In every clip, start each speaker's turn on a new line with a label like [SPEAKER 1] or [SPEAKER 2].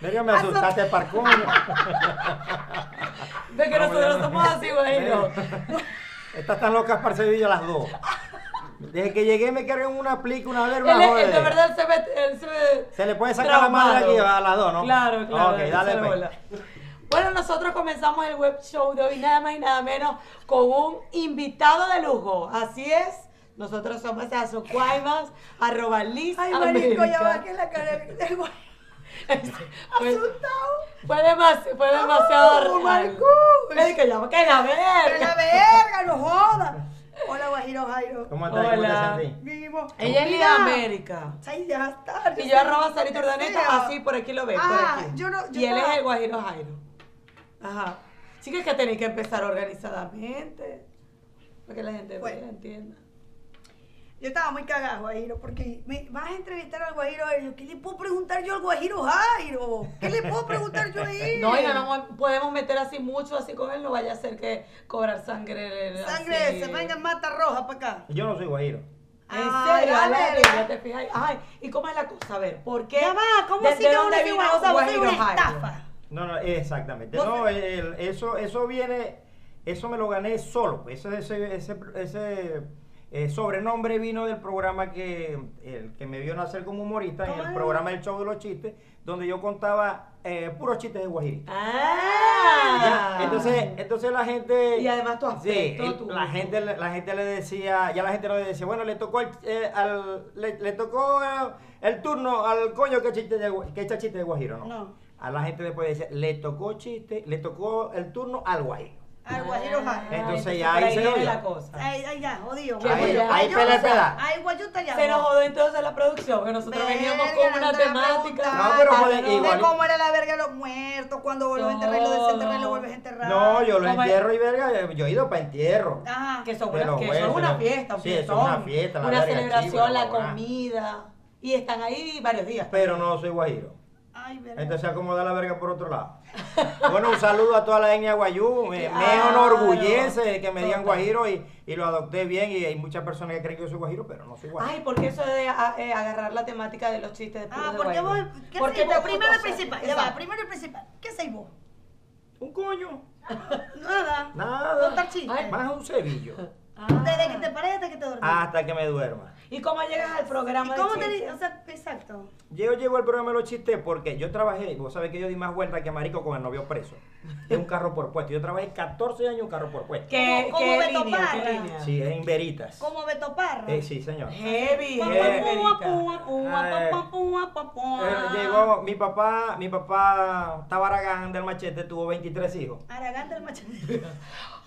[SPEAKER 1] Verga, me asustaste, parkour.
[SPEAKER 2] Ve que
[SPEAKER 1] No,
[SPEAKER 2] nosotros
[SPEAKER 1] bueno.
[SPEAKER 2] somos así, güey. no.
[SPEAKER 1] Eh, Estas tan locas para Sevilla las dos. Desde que llegué me cargan una plica, una verga,
[SPEAKER 2] Él, es-
[SPEAKER 1] joder.
[SPEAKER 2] él de verdad se ve, él se ve
[SPEAKER 1] eh. Se le puede sacar la madre
[SPEAKER 2] traumado.
[SPEAKER 1] aquí a las dos, ¿no?
[SPEAKER 2] Claro, claro.
[SPEAKER 1] Ok,
[SPEAKER 2] él
[SPEAKER 1] dale,
[SPEAKER 2] se le
[SPEAKER 1] pues.
[SPEAKER 2] bola. Bueno, nosotros comenzamos el web show de hoy nada más y nada menos con un invitado de lujo. Así es. Nosotros somos Azucuaymas, arroba Liz
[SPEAKER 3] Ay, marico, ya va
[SPEAKER 2] América. Este,
[SPEAKER 3] que la cara del güey.
[SPEAKER 2] Fue-
[SPEAKER 3] Asustado.
[SPEAKER 2] Fue demasiado, fue Pues, demasiado
[SPEAKER 3] Oh,
[SPEAKER 2] real.
[SPEAKER 3] my gosh.
[SPEAKER 2] Ey, que ya va, que la
[SPEAKER 3] Pero la
[SPEAKER 2] verga.
[SPEAKER 3] verga, no joda. Hola, Guajiro Jairo.
[SPEAKER 1] ¿Cómo estás? ¿Cómo
[SPEAKER 2] Hola.
[SPEAKER 1] te sentí?
[SPEAKER 3] Vivimos.
[SPEAKER 2] Ella es Liz
[SPEAKER 3] Mira,
[SPEAKER 2] América.
[SPEAKER 3] Seis días tarde.
[SPEAKER 2] Y yo arroba Sarita Urdaneta,
[SPEAKER 3] Tercera.
[SPEAKER 2] así por aquí lo ves,
[SPEAKER 3] Ah,
[SPEAKER 2] por aquí.
[SPEAKER 3] yo no- yo
[SPEAKER 2] y él
[SPEAKER 3] estaba-
[SPEAKER 2] es el Guajiro Jairo. Ajá. Chicas, que tenéis que empezar organizadamente. Para que la gente
[SPEAKER 3] Bueno.
[SPEAKER 2] vea, entienda.
[SPEAKER 3] Yo estaba muy cagada, Guajiro, porque me vas a entrevistar al Guajiro. y yo, ¿Qué le puedo preguntar yo al Guajiro Jairo? ¿Qué le puedo preguntar yo a él?
[SPEAKER 2] No, oiga, no podemos meter así mucho, así con él, no vaya a ser que cobrar sangre.
[SPEAKER 3] Sangre, se venga mata roja para acá.
[SPEAKER 1] Yo no soy guajiro.
[SPEAKER 2] En serio,
[SPEAKER 3] Ay,
[SPEAKER 2] a la
[SPEAKER 3] vale.
[SPEAKER 2] verga, te fijas. Ay, ¿y cómo es la cosa? A ver, ¿por qué?
[SPEAKER 3] Ya va, ¿cómo
[SPEAKER 2] ¿Desde
[SPEAKER 3] así que
[SPEAKER 2] dónde
[SPEAKER 3] una
[SPEAKER 2] vino
[SPEAKER 3] O sea, vos sois
[SPEAKER 2] Guajiro
[SPEAKER 3] una
[SPEAKER 2] Jairo?
[SPEAKER 3] estafa.
[SPEAKER 1] No, no, exactamente.
[SPEAKER 3] ¿Vos-
[SPEAKER 1] No, el- eso, eso viene, eso me lo gané solo. pues, Ese, ese, ese, ese, eh, sobrenombre vino del programa que, el que me vio nacer como humorista, en
[SPEAKER 3] ¿Cómo
[SPEAKER 1] el
[SPEAKER 3] es?
[SPEAKER 1] programa El Show de los Chistes, donde yo contaba eh, puros chistes de guajirito.
[SPEAKER 2] Ah,
[SPEAKER 1] Ya, Entonces, entonces la gente.
[SPEAKER 2] Y además tu aspecto,
[SPEAKER 1] Sí,
[SPEAKER 2] tu-
[SPEAKER 1] la, gente, le- la gente le decía, ya la gente le decía, bueno, le tocó, el- eh, al, le, le tocó eh, el turno al coño que, chiste de gua- que echa chiste de guajiro, ¿no?
[SPEAKER 3] No.
[SPEAKER 1] A la gente después decía, le tocó chiste, le tocó el turno al guajiro.
[SPEAKER 3] Al Guajiro Jairo.
[SPEAKER 1] Entonces,
[SPEAKER 2] Ah. por
[SPEAKER 1] ya ahí se
[SPEAKER 2] viene
[SPEAKER 1] odia.
[SPEAKER 2] la cosa.
[SPEAKER 3] Ay, ay, ya, jodido.
[SPEAKER 2] Qué
[SPEAKER 3] Ay,
[SPEAKER 2] bueno.
[SPEAKER 1] Ahí
[SPEAKER 3] yo
[SPEAKER 1] pela
[SPEAKER 3] no
[SPEAKER 1] el
[SPEAKER 3] sé.
[SPEAKER 1] pedal.
[SPEAKER 3] Ay, guayuta ya.
[SPEAKER 2] Se nos
[SPEAKER 3] no.
[SPEAKER 2] jodió entonces la producción, que nosotros
[SPEAKER 3] Verga,
[SPEAKER 2] veníamos con
[SPEAKER 3] no
[SPEAKER 2] una
[SPEAKER 3] te la
[SPEAKER 2] temática.
[SPEAKER 3] preguntas.
[SPEAKER 1] No, pero
[SPEAKER 2] Ah,
[SPEAKER 1] joder,
[SPEAKER 2] no.
[SPEAKER 1] igual-
[SPEAKER 3] De cómo era la verga de los muertos, cuando vos lo
[SPEAKER 2] No,
[SPEAKER 3] enterrás y lo desenterrás y
[SPEAKER 2] no.
[SPEAKER 3] lo vuelves a enterrar.
[SPEAKER 1] No, yo lo
[SPEAKER 2] ¿Cómo es?
[SPEAKER 1] entierro y verga, yo he ido para entierro.
[SPEAKER 3] Ajá.
[SPEAKER 2] Que son,
[SPEAKER 1] De
[SPEAKER 2] unas-
[SPEAKER 1] los
[SPEAKER 2] que
[SPEAKER 1] huesos,
[SPEAKER 2] son una
[SPEAKER 1] ¿no?
[SPEAKER 2] fiesta, un
[SPEAKER 1] Sí, eso es
[SPEAKER 2] fiestón,
[SPEAKER 1] una fiesta, la
[SPEAKER 2] una
[SPEAKER 1] verga, chivo,
[SPEAKER 2] celebración,
[SPEAKER 1] la
[SPEAKER 2] la
[SPEAKER 1] huevonada.
[SPEAKER 2] comida. Y están ahí varios días.
[SPEAKER 1] Pero no soy guajiro.
[SPEAKER 3] Ay, verga.
[SPEAKER 1] Entonces acomoda la verga por otro lado. Bueno, un saludo a toda la etnia guayú. Me, me
[SPEAKER 2] Claro.
[SPEAKER 1] enorgullece de que me digan
[SPEAKER 2] Total.
[SPEAKER 1] guajiro y, y lo adopté bien. Y hay muchas personas que creen que yo soy guajiro, pero no soy guajiro.
[SPEAKER 2] Ay, ¿por qué eso de a- eh, agarrar la temática de los chistes de puros
[SPEAKER 3] Ah,
[SPEAKER 2] de
[SPEAKER 3] porque vos.
[SPEAKER 2] Guaidó?
[SPEAKER 3] ¿Qué
[SPEAKER 2] Porque
[SPEAKER 3] seis vos?
[SPEAKER 2] vos-
[SPEAKER 3] Primero el
[SPEAKER 2] o sea,
[SPEAKER 3] principal. Ya
[SPEAKER 2] exacto.
[SPEAKER 3] va, primero el principal. ¿Qué seis vos?
[SPEAKER 1] Un coño.
[SPEAKER 3] Nada.
[SPEAKER 1] Nada.
[SPEAKER 3] Contar chistes.
[SPEAKER 2] Ay,
[SPEAKER 1] Más un cebillo.
[SPEAKER 2] Ah.
[SPEAKER 3] Desde que te pares hasta que te dormís.
[SPEAKER 1] Hasta que me duerma.
[SPEAKER 2] ¿Y cómo llegas al
[SPEAKER 3] ¿Y
[SPEAKER 2] programa de
[SPEAKER 3] cómo te
[SPEAKER 2] chistes?
[SPEAKER 3] di- O sea, exacto.
[SPEAKER 1] Yo llevo el programa de los chistes porque yo trabajé, vos sabés que yo di más vueltas que marico con el novio preso. Es un carro por puesto. Yo trabajé 14 años en un carro por puesto.
[SPEAKER 2] ¿Qué,
[SPEAKER 3] ¿Cómo-
[SPEAKER 2] qué
[SPEAKER 3] cómo Beto
[SPEAKER 2] línea? ¿Qué
[SPEAKER 3] Parra?
[SPEAKER 2] línea?
[SPEAKER 1] Sí, es en Veritas.
[SPEAKER 3] Como Beto Parra.
[SPEAKER 1] Eh, sí, señor.
[SPEAKER 2] Heavy,
[SPEAKER 3] Pua,
[SPEAKER 1] Eh,
[SPEAKER 2] heavy.
[SPEAKER 3] pua,
[SPEAKER 2] Erika.
[SPEAKER 3] pua, pua,
[SPEAKER 1] Eh,
[SPEAKER 3] pua, pua, pua, pua.
[SPEAKER 1] Eh, llegó mi papá, mi papá Tabaragán del Machete tuvo 23 hijos.
[SPEAKER 3] Aragán del machete.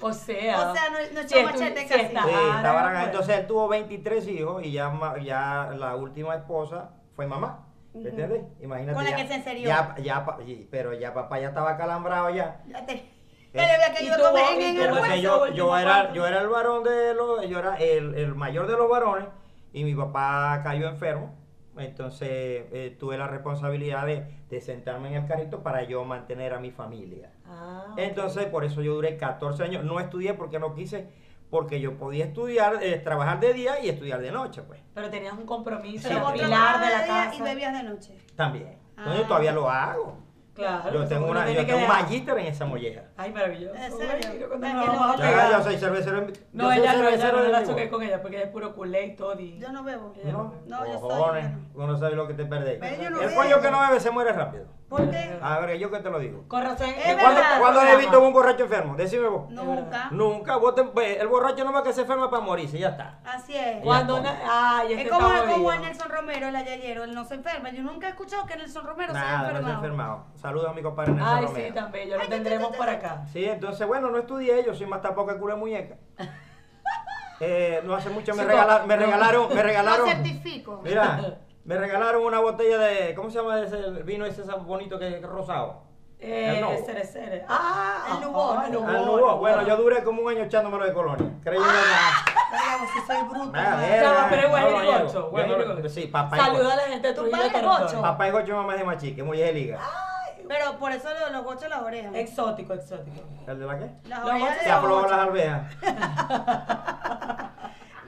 [SPEAKER 2] O sea,
[SPEAKER 3] O sea, no- no
[SPEAKER 2] si
[SPEAKER 3] echó
[SPEAKER 2] estu-
[SPEAKER 3] machete
[SPEAKER 2] si
[SPEAKER 3] casi.
[SPEAKER 2] está-
[SPEAKER 1] Sí,
[SPEAKER 2] ah,
[SPEAKER 1] Tabaragán.
[SPEAKER 3] pues.
[SPEAKER 2] bueno.
[SPEAKER 1] Entonces él tuvo 23 hijos y ya, ma- ya la última esposa fue mamá. ¿Entiendes? Imagínate.
[SPEAKER 3] Con la
[SPEAKER 1] ya-
[SPEAKER 3] que se enserió.
[SPEAKER 1] Ya, ya pa- sí, pero ya papá ya estaba calambrado ya.
[SPEAKER 3] Ya te. Ya le había caído
[SPEAKER 2] Y
[SPEAKER 3] el
[SPEAKER 2] tuvo-
[SPEAKER 3] comer
[SPEAKER 2] y pues,
[SPEAKER 3] en el
[SPEAKER 2] tuvo-
[SPEAKER 3] hueso.
[SPEAKER 1] Entonces
[SPEAKER 2] hueso,
[SPEAKER 1] yo,
[SPEAKER 2] el
[SPEAKER 1] yo
[SPEAKER 2] último
[SPEAKER 1] era,
[SPEAKER 2] cuarto.
[SPEAKER 1] yo era el varón de los, yo era el, el mayor de los varones y mi papá cayó enfermo. Entonces eh, tuve la responsabilidad de, de sentarme en el carrito para yo mantener a mi familia.
[SPEAKER 2] Ah,
[SPEAKER 1] Entonces, por eso yo duré 14 años. No estudié porque no quise, porque yo podía estudiar, eh, trabajar de día y estudiar de noche, pues,
[SPEAKER 2] pero tenías un compromiso,
[SPEAKER 1] Sí,
[SPEAKER 3] Pero vos
[SPEAKER 2] pilar
[SPEAKER 3] trabajabas
[SPEAKER 2] de la
[SPEAKER 3] de día
[SPEAKER 2] casa.
[SPEAKER 3] y bebías de noche.
[SPEAKER 1] también. Entonces,
[SPEAKER 3] Ah.
[SPEAKER 1] yo todavía lo hago.
[SPEAKER 2] Claro.
[SPEAKER 1] Yo
[SPEAKER 2] pues,
[SPEAKER 1] tengo,
[SPEAKER 2] uno
[SPEAKER 1] una,
[SPEAKER 2] tiene
[SPEAKER 1] yo
[SPEAKER 2] que
[SPEAKER 1] tengo un
[SPEAKER 2] dejar-
[SPEAKER 1] malliter en esa molleja.
[SPEAKER 2] Ay, maravilloso.
[SPEAKER 3] ¿En
[SPEAKER 2] güey,
[SPEAKER 3] serio?
[SPEAKER 2] mira cuando
[SPEAKER 3] Ay,
[SPEAKER 2] nos
[SPEAKER 3] qué
[SPEAKER 2] vamos a
[SPEAKER 3] loco.
[SPEAKER 1] Ya,
[SPEAKER 2] pegar.
[SPEAKER 1] yo soy cervecero. en- yo
[SPEAKER 2] No,
[SPEAKER 1] soy
[SPEAKER 2] ella no, ella
[SPEAKER 1] cervecero
[SPEAKER 2] no,
[SPEAKER 1] de
[SPEAKER 2] no la
[SPEAKER 1] mi
[SPEAKER 2] choqué
[SPEAKER 1] boda.
[SPEAKER 2] con ella porque ella es puro culé y todo. y-
[SPEAKER 3] Yo no bebo.
[SPEAKER 2] Ella no
[SPEAKER 1] ¿No?
[SPEAKER 2] bebe.
[SPEAKER 3] No, yo soy-
[SPEAKER 1] Cojones, vos no sabes lo que te perdés.
[SPEAKER 3] Pero yo no
[SPEAKER 1] el
[SPEAKER 3] veo.
[SPEAKER 1] coño que no bebe se muere rápido.
[SPEAKER 3] ¿Por qué?
[SPEAKER 1] A ver, yo que te lo digo.
[SPEAKER 2] Con razón.
[SPEAKER 3] Es
[SPEAKER 1] ¿Cuándo,
[SPEAKER 3] verdad, Ah.
[SPEAKER 1] cuándo
[SPEAKER 2] programa.
[SPEAKER 1] he visto un borracho enfermo? Decime vos.
[SPEAKER 3] Nunca.
[SPEAKER 1] Nunca. Vos te- el borracho no va que se enferma para morirse, ya está.
[SPEAKER 3] Así es.
[SPEAKER 2] Cuando na- Ay, este
[SPEAKER 3] Es como,
[SPEAKER 2] está
[SPEAKER 3] como
[SPEAKER 2] jodido.
[SPEAKER 3] el Nelson Romero, el ayayero, él no se enferma. Yo nunca he escuchado que Nelson Romero se haya
[SPEAKER 1] Nada, no se ha
[SPEAKER 3] enfermado.
[SPEAKER 1] enfermado. Saludos a mi compadre Nelson
[SPEAKER 2] Ay,
[SPEAKER 1] Romero.
[SPEAKER 2] sí, también. Ya lo
[SPEAKER 3] Ay, te- te-
[SPEAKER 2] tendremos
[SPEAKER 3] te-
[SPEAKER 2] por
[SPEAKER 3] te-
[SPEAKER 2] acá.
[SPEAKER 1] Sí, entonces, bueno, no estudié, yo soy más tapado que culo de muñeca. Eh, no hace mucho me,
[SPEAKER 2] Chico,
[SPEAKER 1] regala- me
[SPEAKER 2] no.
[SPEAKER 1] regalaron, me
[SPEAKER 3] Lo
[SPEAKER 1] regalaron,
[SPEAKER 3] certifico.
[SPEAKER 1] mira, me regalaron una botella de, ¿cómo se llama ese el vino ese tan bonito que es rosado? El nubo.
[SPEAKER 2] Eh, Cere Cere. Ah,
[SPEAKER 3] El
[SPEAKER 2] ajá,
[SPEAKER 3] nubo, el
[SPEAKER 2] el
[SPEAKER 3] nubo.
[SPEAKER 1] Ah, el
[SPEAKER 2] nubo,
[SPEAKER 1] nubo.
[SPEAKER 2] el
[SPEAKER 1] Bueno,
[SPEAKER 2] nubo.
[SPEAKER 1] yo duré como un año echándomelo de colonia. Creyendo que...
[SPEAKER 3] Verga, vos sí soy bruto.
[SPEAKER 1] Nada,
[SPEAKER 3] madre.
[SPEAKER 1] verga,
[SPEAKER 2] Ya va, pero es
[SPEAKER 1] no lo
[SPEAKER 2] Guajiro
[SPEAKER 1] llevo.
[SPEAKER 2] Gocho,
[SPEAKER 1] Yo
[SPEAKER 2] Guajiro
[SPEAKER 1] no lo-
[SPEAKER 2] Gocho.
[SPEAKER 1] Sí, papá y
[SPEAKER 2] Saluda a
[SPEAKER 1] gocho.
[SPEAKER 2] la gente de
[SPEAKER 3] Tu
[SPEAKER 2] Trujillo
[SPEAKER 3] padre es
[SPEAKER 2] Territorio.
[SPEAKER 3] gocho.
[SPEAKER 1] Papá y gocho, mamá es de machique, muy de liga.
[SPEAKER 3] Pero por eso lo de los gochos en las orejas.
[SPEAKER 2] Exótico, exótico.
[SPEAKER 1] ¿El de la qué?
[SPEAKER 3] Las
[SPEAKER 2] Los
[SPEAKER 3] orejas
[SPEAKER 2] gochos
[SPEAKER 3] de
[SPEAKER 1] Se
[SPEAKER 3] los
[SPEAKER 1] aflojó
[SPEAKER 3] gochos.
[SPEAKER 1] las alveas.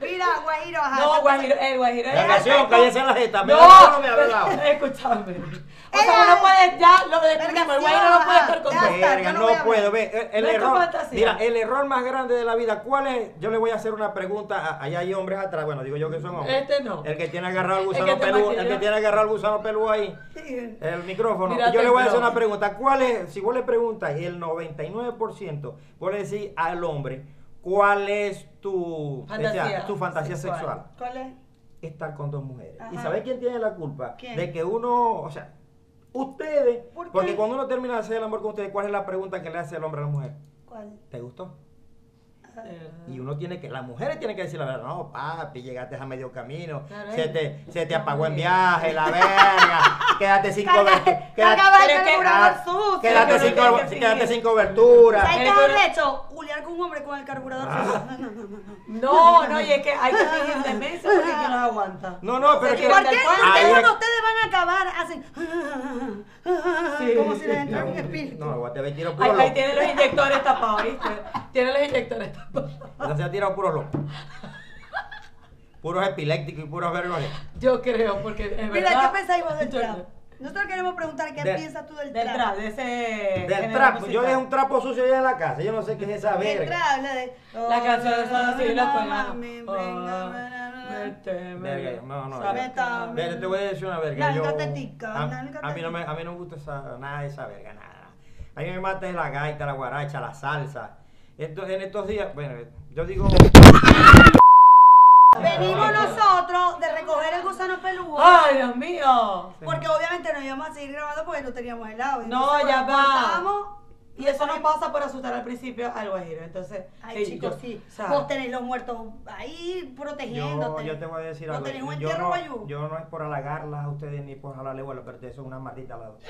[SPEAKER 3] Mira, Guajiro, ajá.
[SPEAKER 2] No, Guajiro, el Guajiro.
[SPEAKER 1] La canción, cállese la jeta. me
[SPEAKER 2] No,
[SPEAKER 1] da- no me ha hablado.
[SPEAKER 2] escúchame. O
[SPEAKER 3] Ella
[SPEAKER 2] sea, uno
[SPEAKER 3] es-
[SPEAKER 2] puede ya, lo descubrimos. El Guairo no
[SPEAKER 3] Vergación,
[SPEAKER 2] puede estar
[SPEAKER 3] ajá,
[SPEAKER 2] contento.
[SPEAKER 3] ya está,
[SPEAKER 1] Verga,
[SPEAKER 3] yo no
[SPEAKER 1] no
[SPEAKER 3] voy a
[SPEAKER 1] puedo.
[SPEAKER 3] hablar.
[SPEAKER 1] Ve, eh, el
[SPEAKER 2] No es tu
[SPEAKER 1] error,
[SPEAKER 2] fantasía.
[SPEAKER 1] mira, el error más grande de la vida, ¿cuál es? Yo le voy a hacer una pregunta. a- Allá hay hombres atrás. Bueno, digo yo que son hombres.
[SPEAKER 2] Este no.
[SPEAKER 1] El que tiene agarrado el
[SPEAKER 2] El que
[SPEAKER 1] gusano
[SPEAKER 2] te
[SPEAKER 1] peludo,
[SPEAKER 2] maquilló.
[SPEAKER 1] el que tiene agarrado el gusano peludo ahí.
[SPEAKER 3] Sí.
[SPEAKER 1] El micrófono.
[SPEAKER 2] Mira,
[SPEAKER 1] yo le voy a hacer
[SPEAKER 2] tembló.
[SPEAKER 1] una pregunta. ¿Cuál es, si vos le preguntas el 99%, vos le decís al hombre, ¿cuál es tu
[SPEAKER 2] Fantasía
[SPEAKER 1] o sea, tu fantasía
[SPEAKER 2] sexual.
[SPEAKER 1] sexual?
[SPEAKER 3] ¿Cuál es?
[SPEAKER 1] Estar con dos mujeres. ¿Y
[SPEAKER 3] Ajá.
[SPEAKER 1] sabés quién tiene la culpa?
[SPEAKER 3] ¿Quién?
[SPEAKER 1] De que uno, o sea, ustedes,
[SPEAKER 3] ¿Por qué?
[SPEAKER 1] porque cuando uno termina de hacer el amor con ustedes, ¿cuál es la pregunta que le hace el hombre a la mujer?
[SPEAKER 3] ¿Cuál?
[SPEAKER 1] ¿Te gustó?
[SPEAKER 3] Ajá.
[SPEAKER 2] De verdad.
[SPEAKER 1] Y uno tiene que, las mujeres tienen que decir la verdad, no, papi, llegaste a medio camino,
[SPEAKER 2] Claro,
[SPEAKER 1] se
[SPEAKER 2] eh.
[SPEAKER 1] te, se te apagó en
[SPEAKER 2] Sí.
[SPEAKER 1] viaje, la verga, quédate sin
[SPEAKER 3] Carga-
[SPEAKER 1] cobertura, quédate,
[SPEAKER 3] cargaba el
[SPEAKER 2] pero es que-
[SPEAKER 3] carburador
[SPEAKER 1] ah,
[SPEAKER 3] sucio,
[SPEAKER 1] quédate
[SPEAKER 3] yo no
[SPEAKER 1] sin
[SPEAKER 3] tengo
[SPEAKER 1] cober-
[SPEAKER 3] que
[SPEAKER 1] quédate
[SPEAKER 3] seguir.
[SPEAKER 1] sin cobertura.
[SPEAKER 3] ¿Sabes qué
[SPEAKER 2] eh, Pero- Ah.
[SPEAKER 3] habré hecho? Juliar con un hombre con el carburador sucio. No, no,
[SPEAKER 2] No,
[SPEAKER 3] no, no.
[SPEAKER 2] no, y es que hay que fingir demencia porque es que no aguanta.
[SPEAKER 1] No, no,
[SPEAKER 2] Se
[SPEAKER 1] pero es que-
[SPEAKER 2] equivoca
[SPEAKER 3] Cualquier
[SPEAKER 2] el
[SPEAKER 1] Ahí
[SPEAKER 2] cuerpo.
[SPEAKER 1] es-
[SPEAKER 3] uno ustedes van a acabar, hacen como si les entrara un espíritu.
[SPEAKER 1] No, te había tirado
[SPEAKER 2] Ahí,
[SPEAKER 1] puro
[SPEAKER 2] ahí
[SPEAKER 1] loco.
[SPEAKER 2] tiene los inyectores tapados, ¿viste? Tiene los inyectores tapados.
[SPEAKER 1] Entonces se ha tirado puro loco. Puros epilépticos y puros vergones.
[SPEAKER 2] Yo creo, porque es verdad.
[SPEAKER 3] Mira, ¿qué pensáis vos del
[SPEAKER 2] Yo-
[SPEAKER 3] trap? Nosotros queremos preguntar qué
[SPEAKER 1] Del-
[SPEAKER 3] piensas tú del,
[SPEAKER 2] Del
[SPEAKER 3] trap.
[SPEAKER 2] trap, de ese.
[SPEAKER 1] Del
[SPEAKER 3] Eh,
[SPEAKER 2] género
[SPEAKER 1] trapo. Yo
[SPEAKER 2] musical.
[SPEAKER 1] dejé un trapo sucio allá en la casa. Yo no sé qué es esa
[SPEAKER 3] Del
[SPEAKER 1] verga.
[SPEAKER 3] trap, la de.
[SPEAKER 2] La canción de Solo si los
[SPEAKER 3] Mami, Oh,
[SPEAKER 2] Oh,
[SPEAKER 3] venga,
[SPEAKER 2] pegamos.
[SPEAKER 3] venga,
[SPEAKER 1] Verga, no, no,
[SPEAKER 3] Métame.
[SPEAKER 1] Mira, te voy a decir una verga. Yo,
[SPEAKER 3] Nalgate tica,
[SPEAKER 1] a,
[SPEAKER 3] nalgate
[SPEAKER 1] a mí no me, a mí no me gusta esa- nada de esa verga, nada. A mí me mata es la gaita, la guaracha, la salsa. Esto- en estos días, bueno, yo digo.
[SPEAKER 3] Venimos nosotros de recoger el gusano peludo.
[SPEAKER 2] ¡Ay, Dios mío!
[SPEAKER 3] Porque obviamente no íbamos a seguir grabando porque no teníamos el audio.
[SPEAKER 2] No,
[SPEAKER 3] Entonces,
[SPEAKER 2] ya
[SPEAKER 3] bueno,
[SPEAKER 2] va.
[SPEAKER 3] cortamos.
[SPEAKER 2] Y eso no pasa por asustar al principio al guajiro. Entonces,
[SPEAKER 3] Ay,
[SPEAKER 2] eh,
[SPEAKER 3] chicos,
[SPEAKER 2] yo-
[SPEAKER 3] sí.
[SPEAKER 2] o sea,
[SPEAKER 3] vos tenés los muertos ahí
[SPEAKER 1] Yo,
[SPEAKER 3] protegiéndote.
[SPEAKER 1] yo te voy a decir
[SPEAKER 3] Vos
[SPEAKER 1] algo.
[SPEAKER 3] tenés un
[SPEAKER 1] yo,
[SPEAKER 3] entierro,
[SPEAKER 1] no,
[SPEAKER 3] Guayú.
[SPEAKER 1] yo no es por halagarlas a ustedes ni por jalarle vuelo, pero ustedes son una maldita las dos.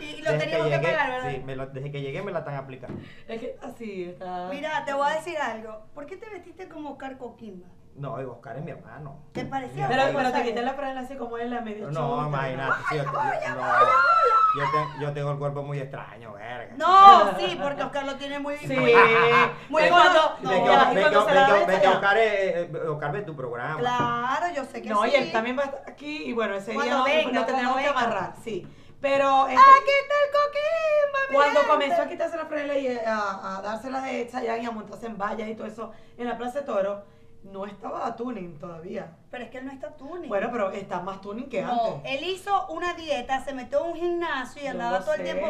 [SPEAKER 3] Y lo
[SPEAKER 1] Desde
[SPEAKER 3] teníamos que
[SPEAKER 1] llegué-
[SPEAKER 3] pagar, ¿verdad?
[SPEAKER 1] Sí, me lo- desde que llegué me la están aplicando.
[SPEAKER 2] es que así está.
[SPEAKER 3] Mira, te voy a decir algo. ¿Por qué te vestiste como Oscar Coquimba?
[SPEAKER 1] No, oye, Oscar es mi hermano.
[SPEAKER 3] ¿Te parecía?
[SPEAKER 2] Pero,
[SPEAKER 3] Oscar
[SPEAKER 2] pero te
[SPEAKER 3] González?
[SPEAKER 2] quitas la franela así como es la medio
[SPEAKER 1] No,
[SPEAKER 2] chota,
[SPEAKER 1] imagínate. sí, yo, yo- no, yo te- yo tengo el cuerpo muy extraño, verga.
[SPEAKER 3] No, sí, porque Oscar lo tiene muy
[SPEAKER 2] Sí.
[SPEAKER 3] Muy
[SPEAKER 2] Ve-
[SPEAKER 3] gordo.
[SPEAKER 1] Ve
[SPEAKER 2] no,
[SPEAKER 1] que-
[SPEAKER 2] y ahí
[SPEAKER 1] ve que-
[SPEAKER 2] cuando se
[SPEAKER 1] ve
[SPEAKER 2] la
[SPEAKER 1] que-
[SPEAKER 2] ve,
[SPEAKER 1] ve
[SPEAKER 2] se
[SPEAKER 1] que
[SPEAKER 2] la-
[SPEAKER 1] Oscar, es- eh, eh, Oscar ve tu programa.
[SPEAKER 3] Claro, yo sé que
[SPEAKER 2] Ah. No,
[SPEAKER 3] sí.
[SPEAKER 2] y él también va a estar aquí. Y bueno, ese día
[SPEAKER 3] Cuando
[SPEAKER 2] no,
[SPEAKER 3] venga,
[SPEAKER 2] no tendremos
[SPEAKER 3] cuando
[SPEAKER 2] que
[SPEAKER 3] venga.
[SPEAKER 2] amarrar, sí. Pero este,
[SPEAKER 3] Aquí está el Ah, Coquimba, mi
[SPEAKER 2] cuando
[SPEAKER 3] gente.
[SPEAKER 2] comenzó a quitarse las franelas y eh, a, a dárselas de Chayanne y a montarse en vallas y todo eso en la Plaza de Toro, no estaba tuning todavía.
[SPEAKER 3] Pero es que él no está tuning.
[SPEAKER 2] Bueno, pero está más tuning que
[SPEAKER 3] no,
[SPEAKER 2] antes.
[SPEAKER 3] él hizo una dieta, se metió a un gimnasio y
[SPEAKER 2] Yo
[SPEAKER 3] andaba
[SPEAKER 2] lo
[SPEAKER 3] todo el
[SPEAKER 2] sé.
[SPEAKER 3] tiempo.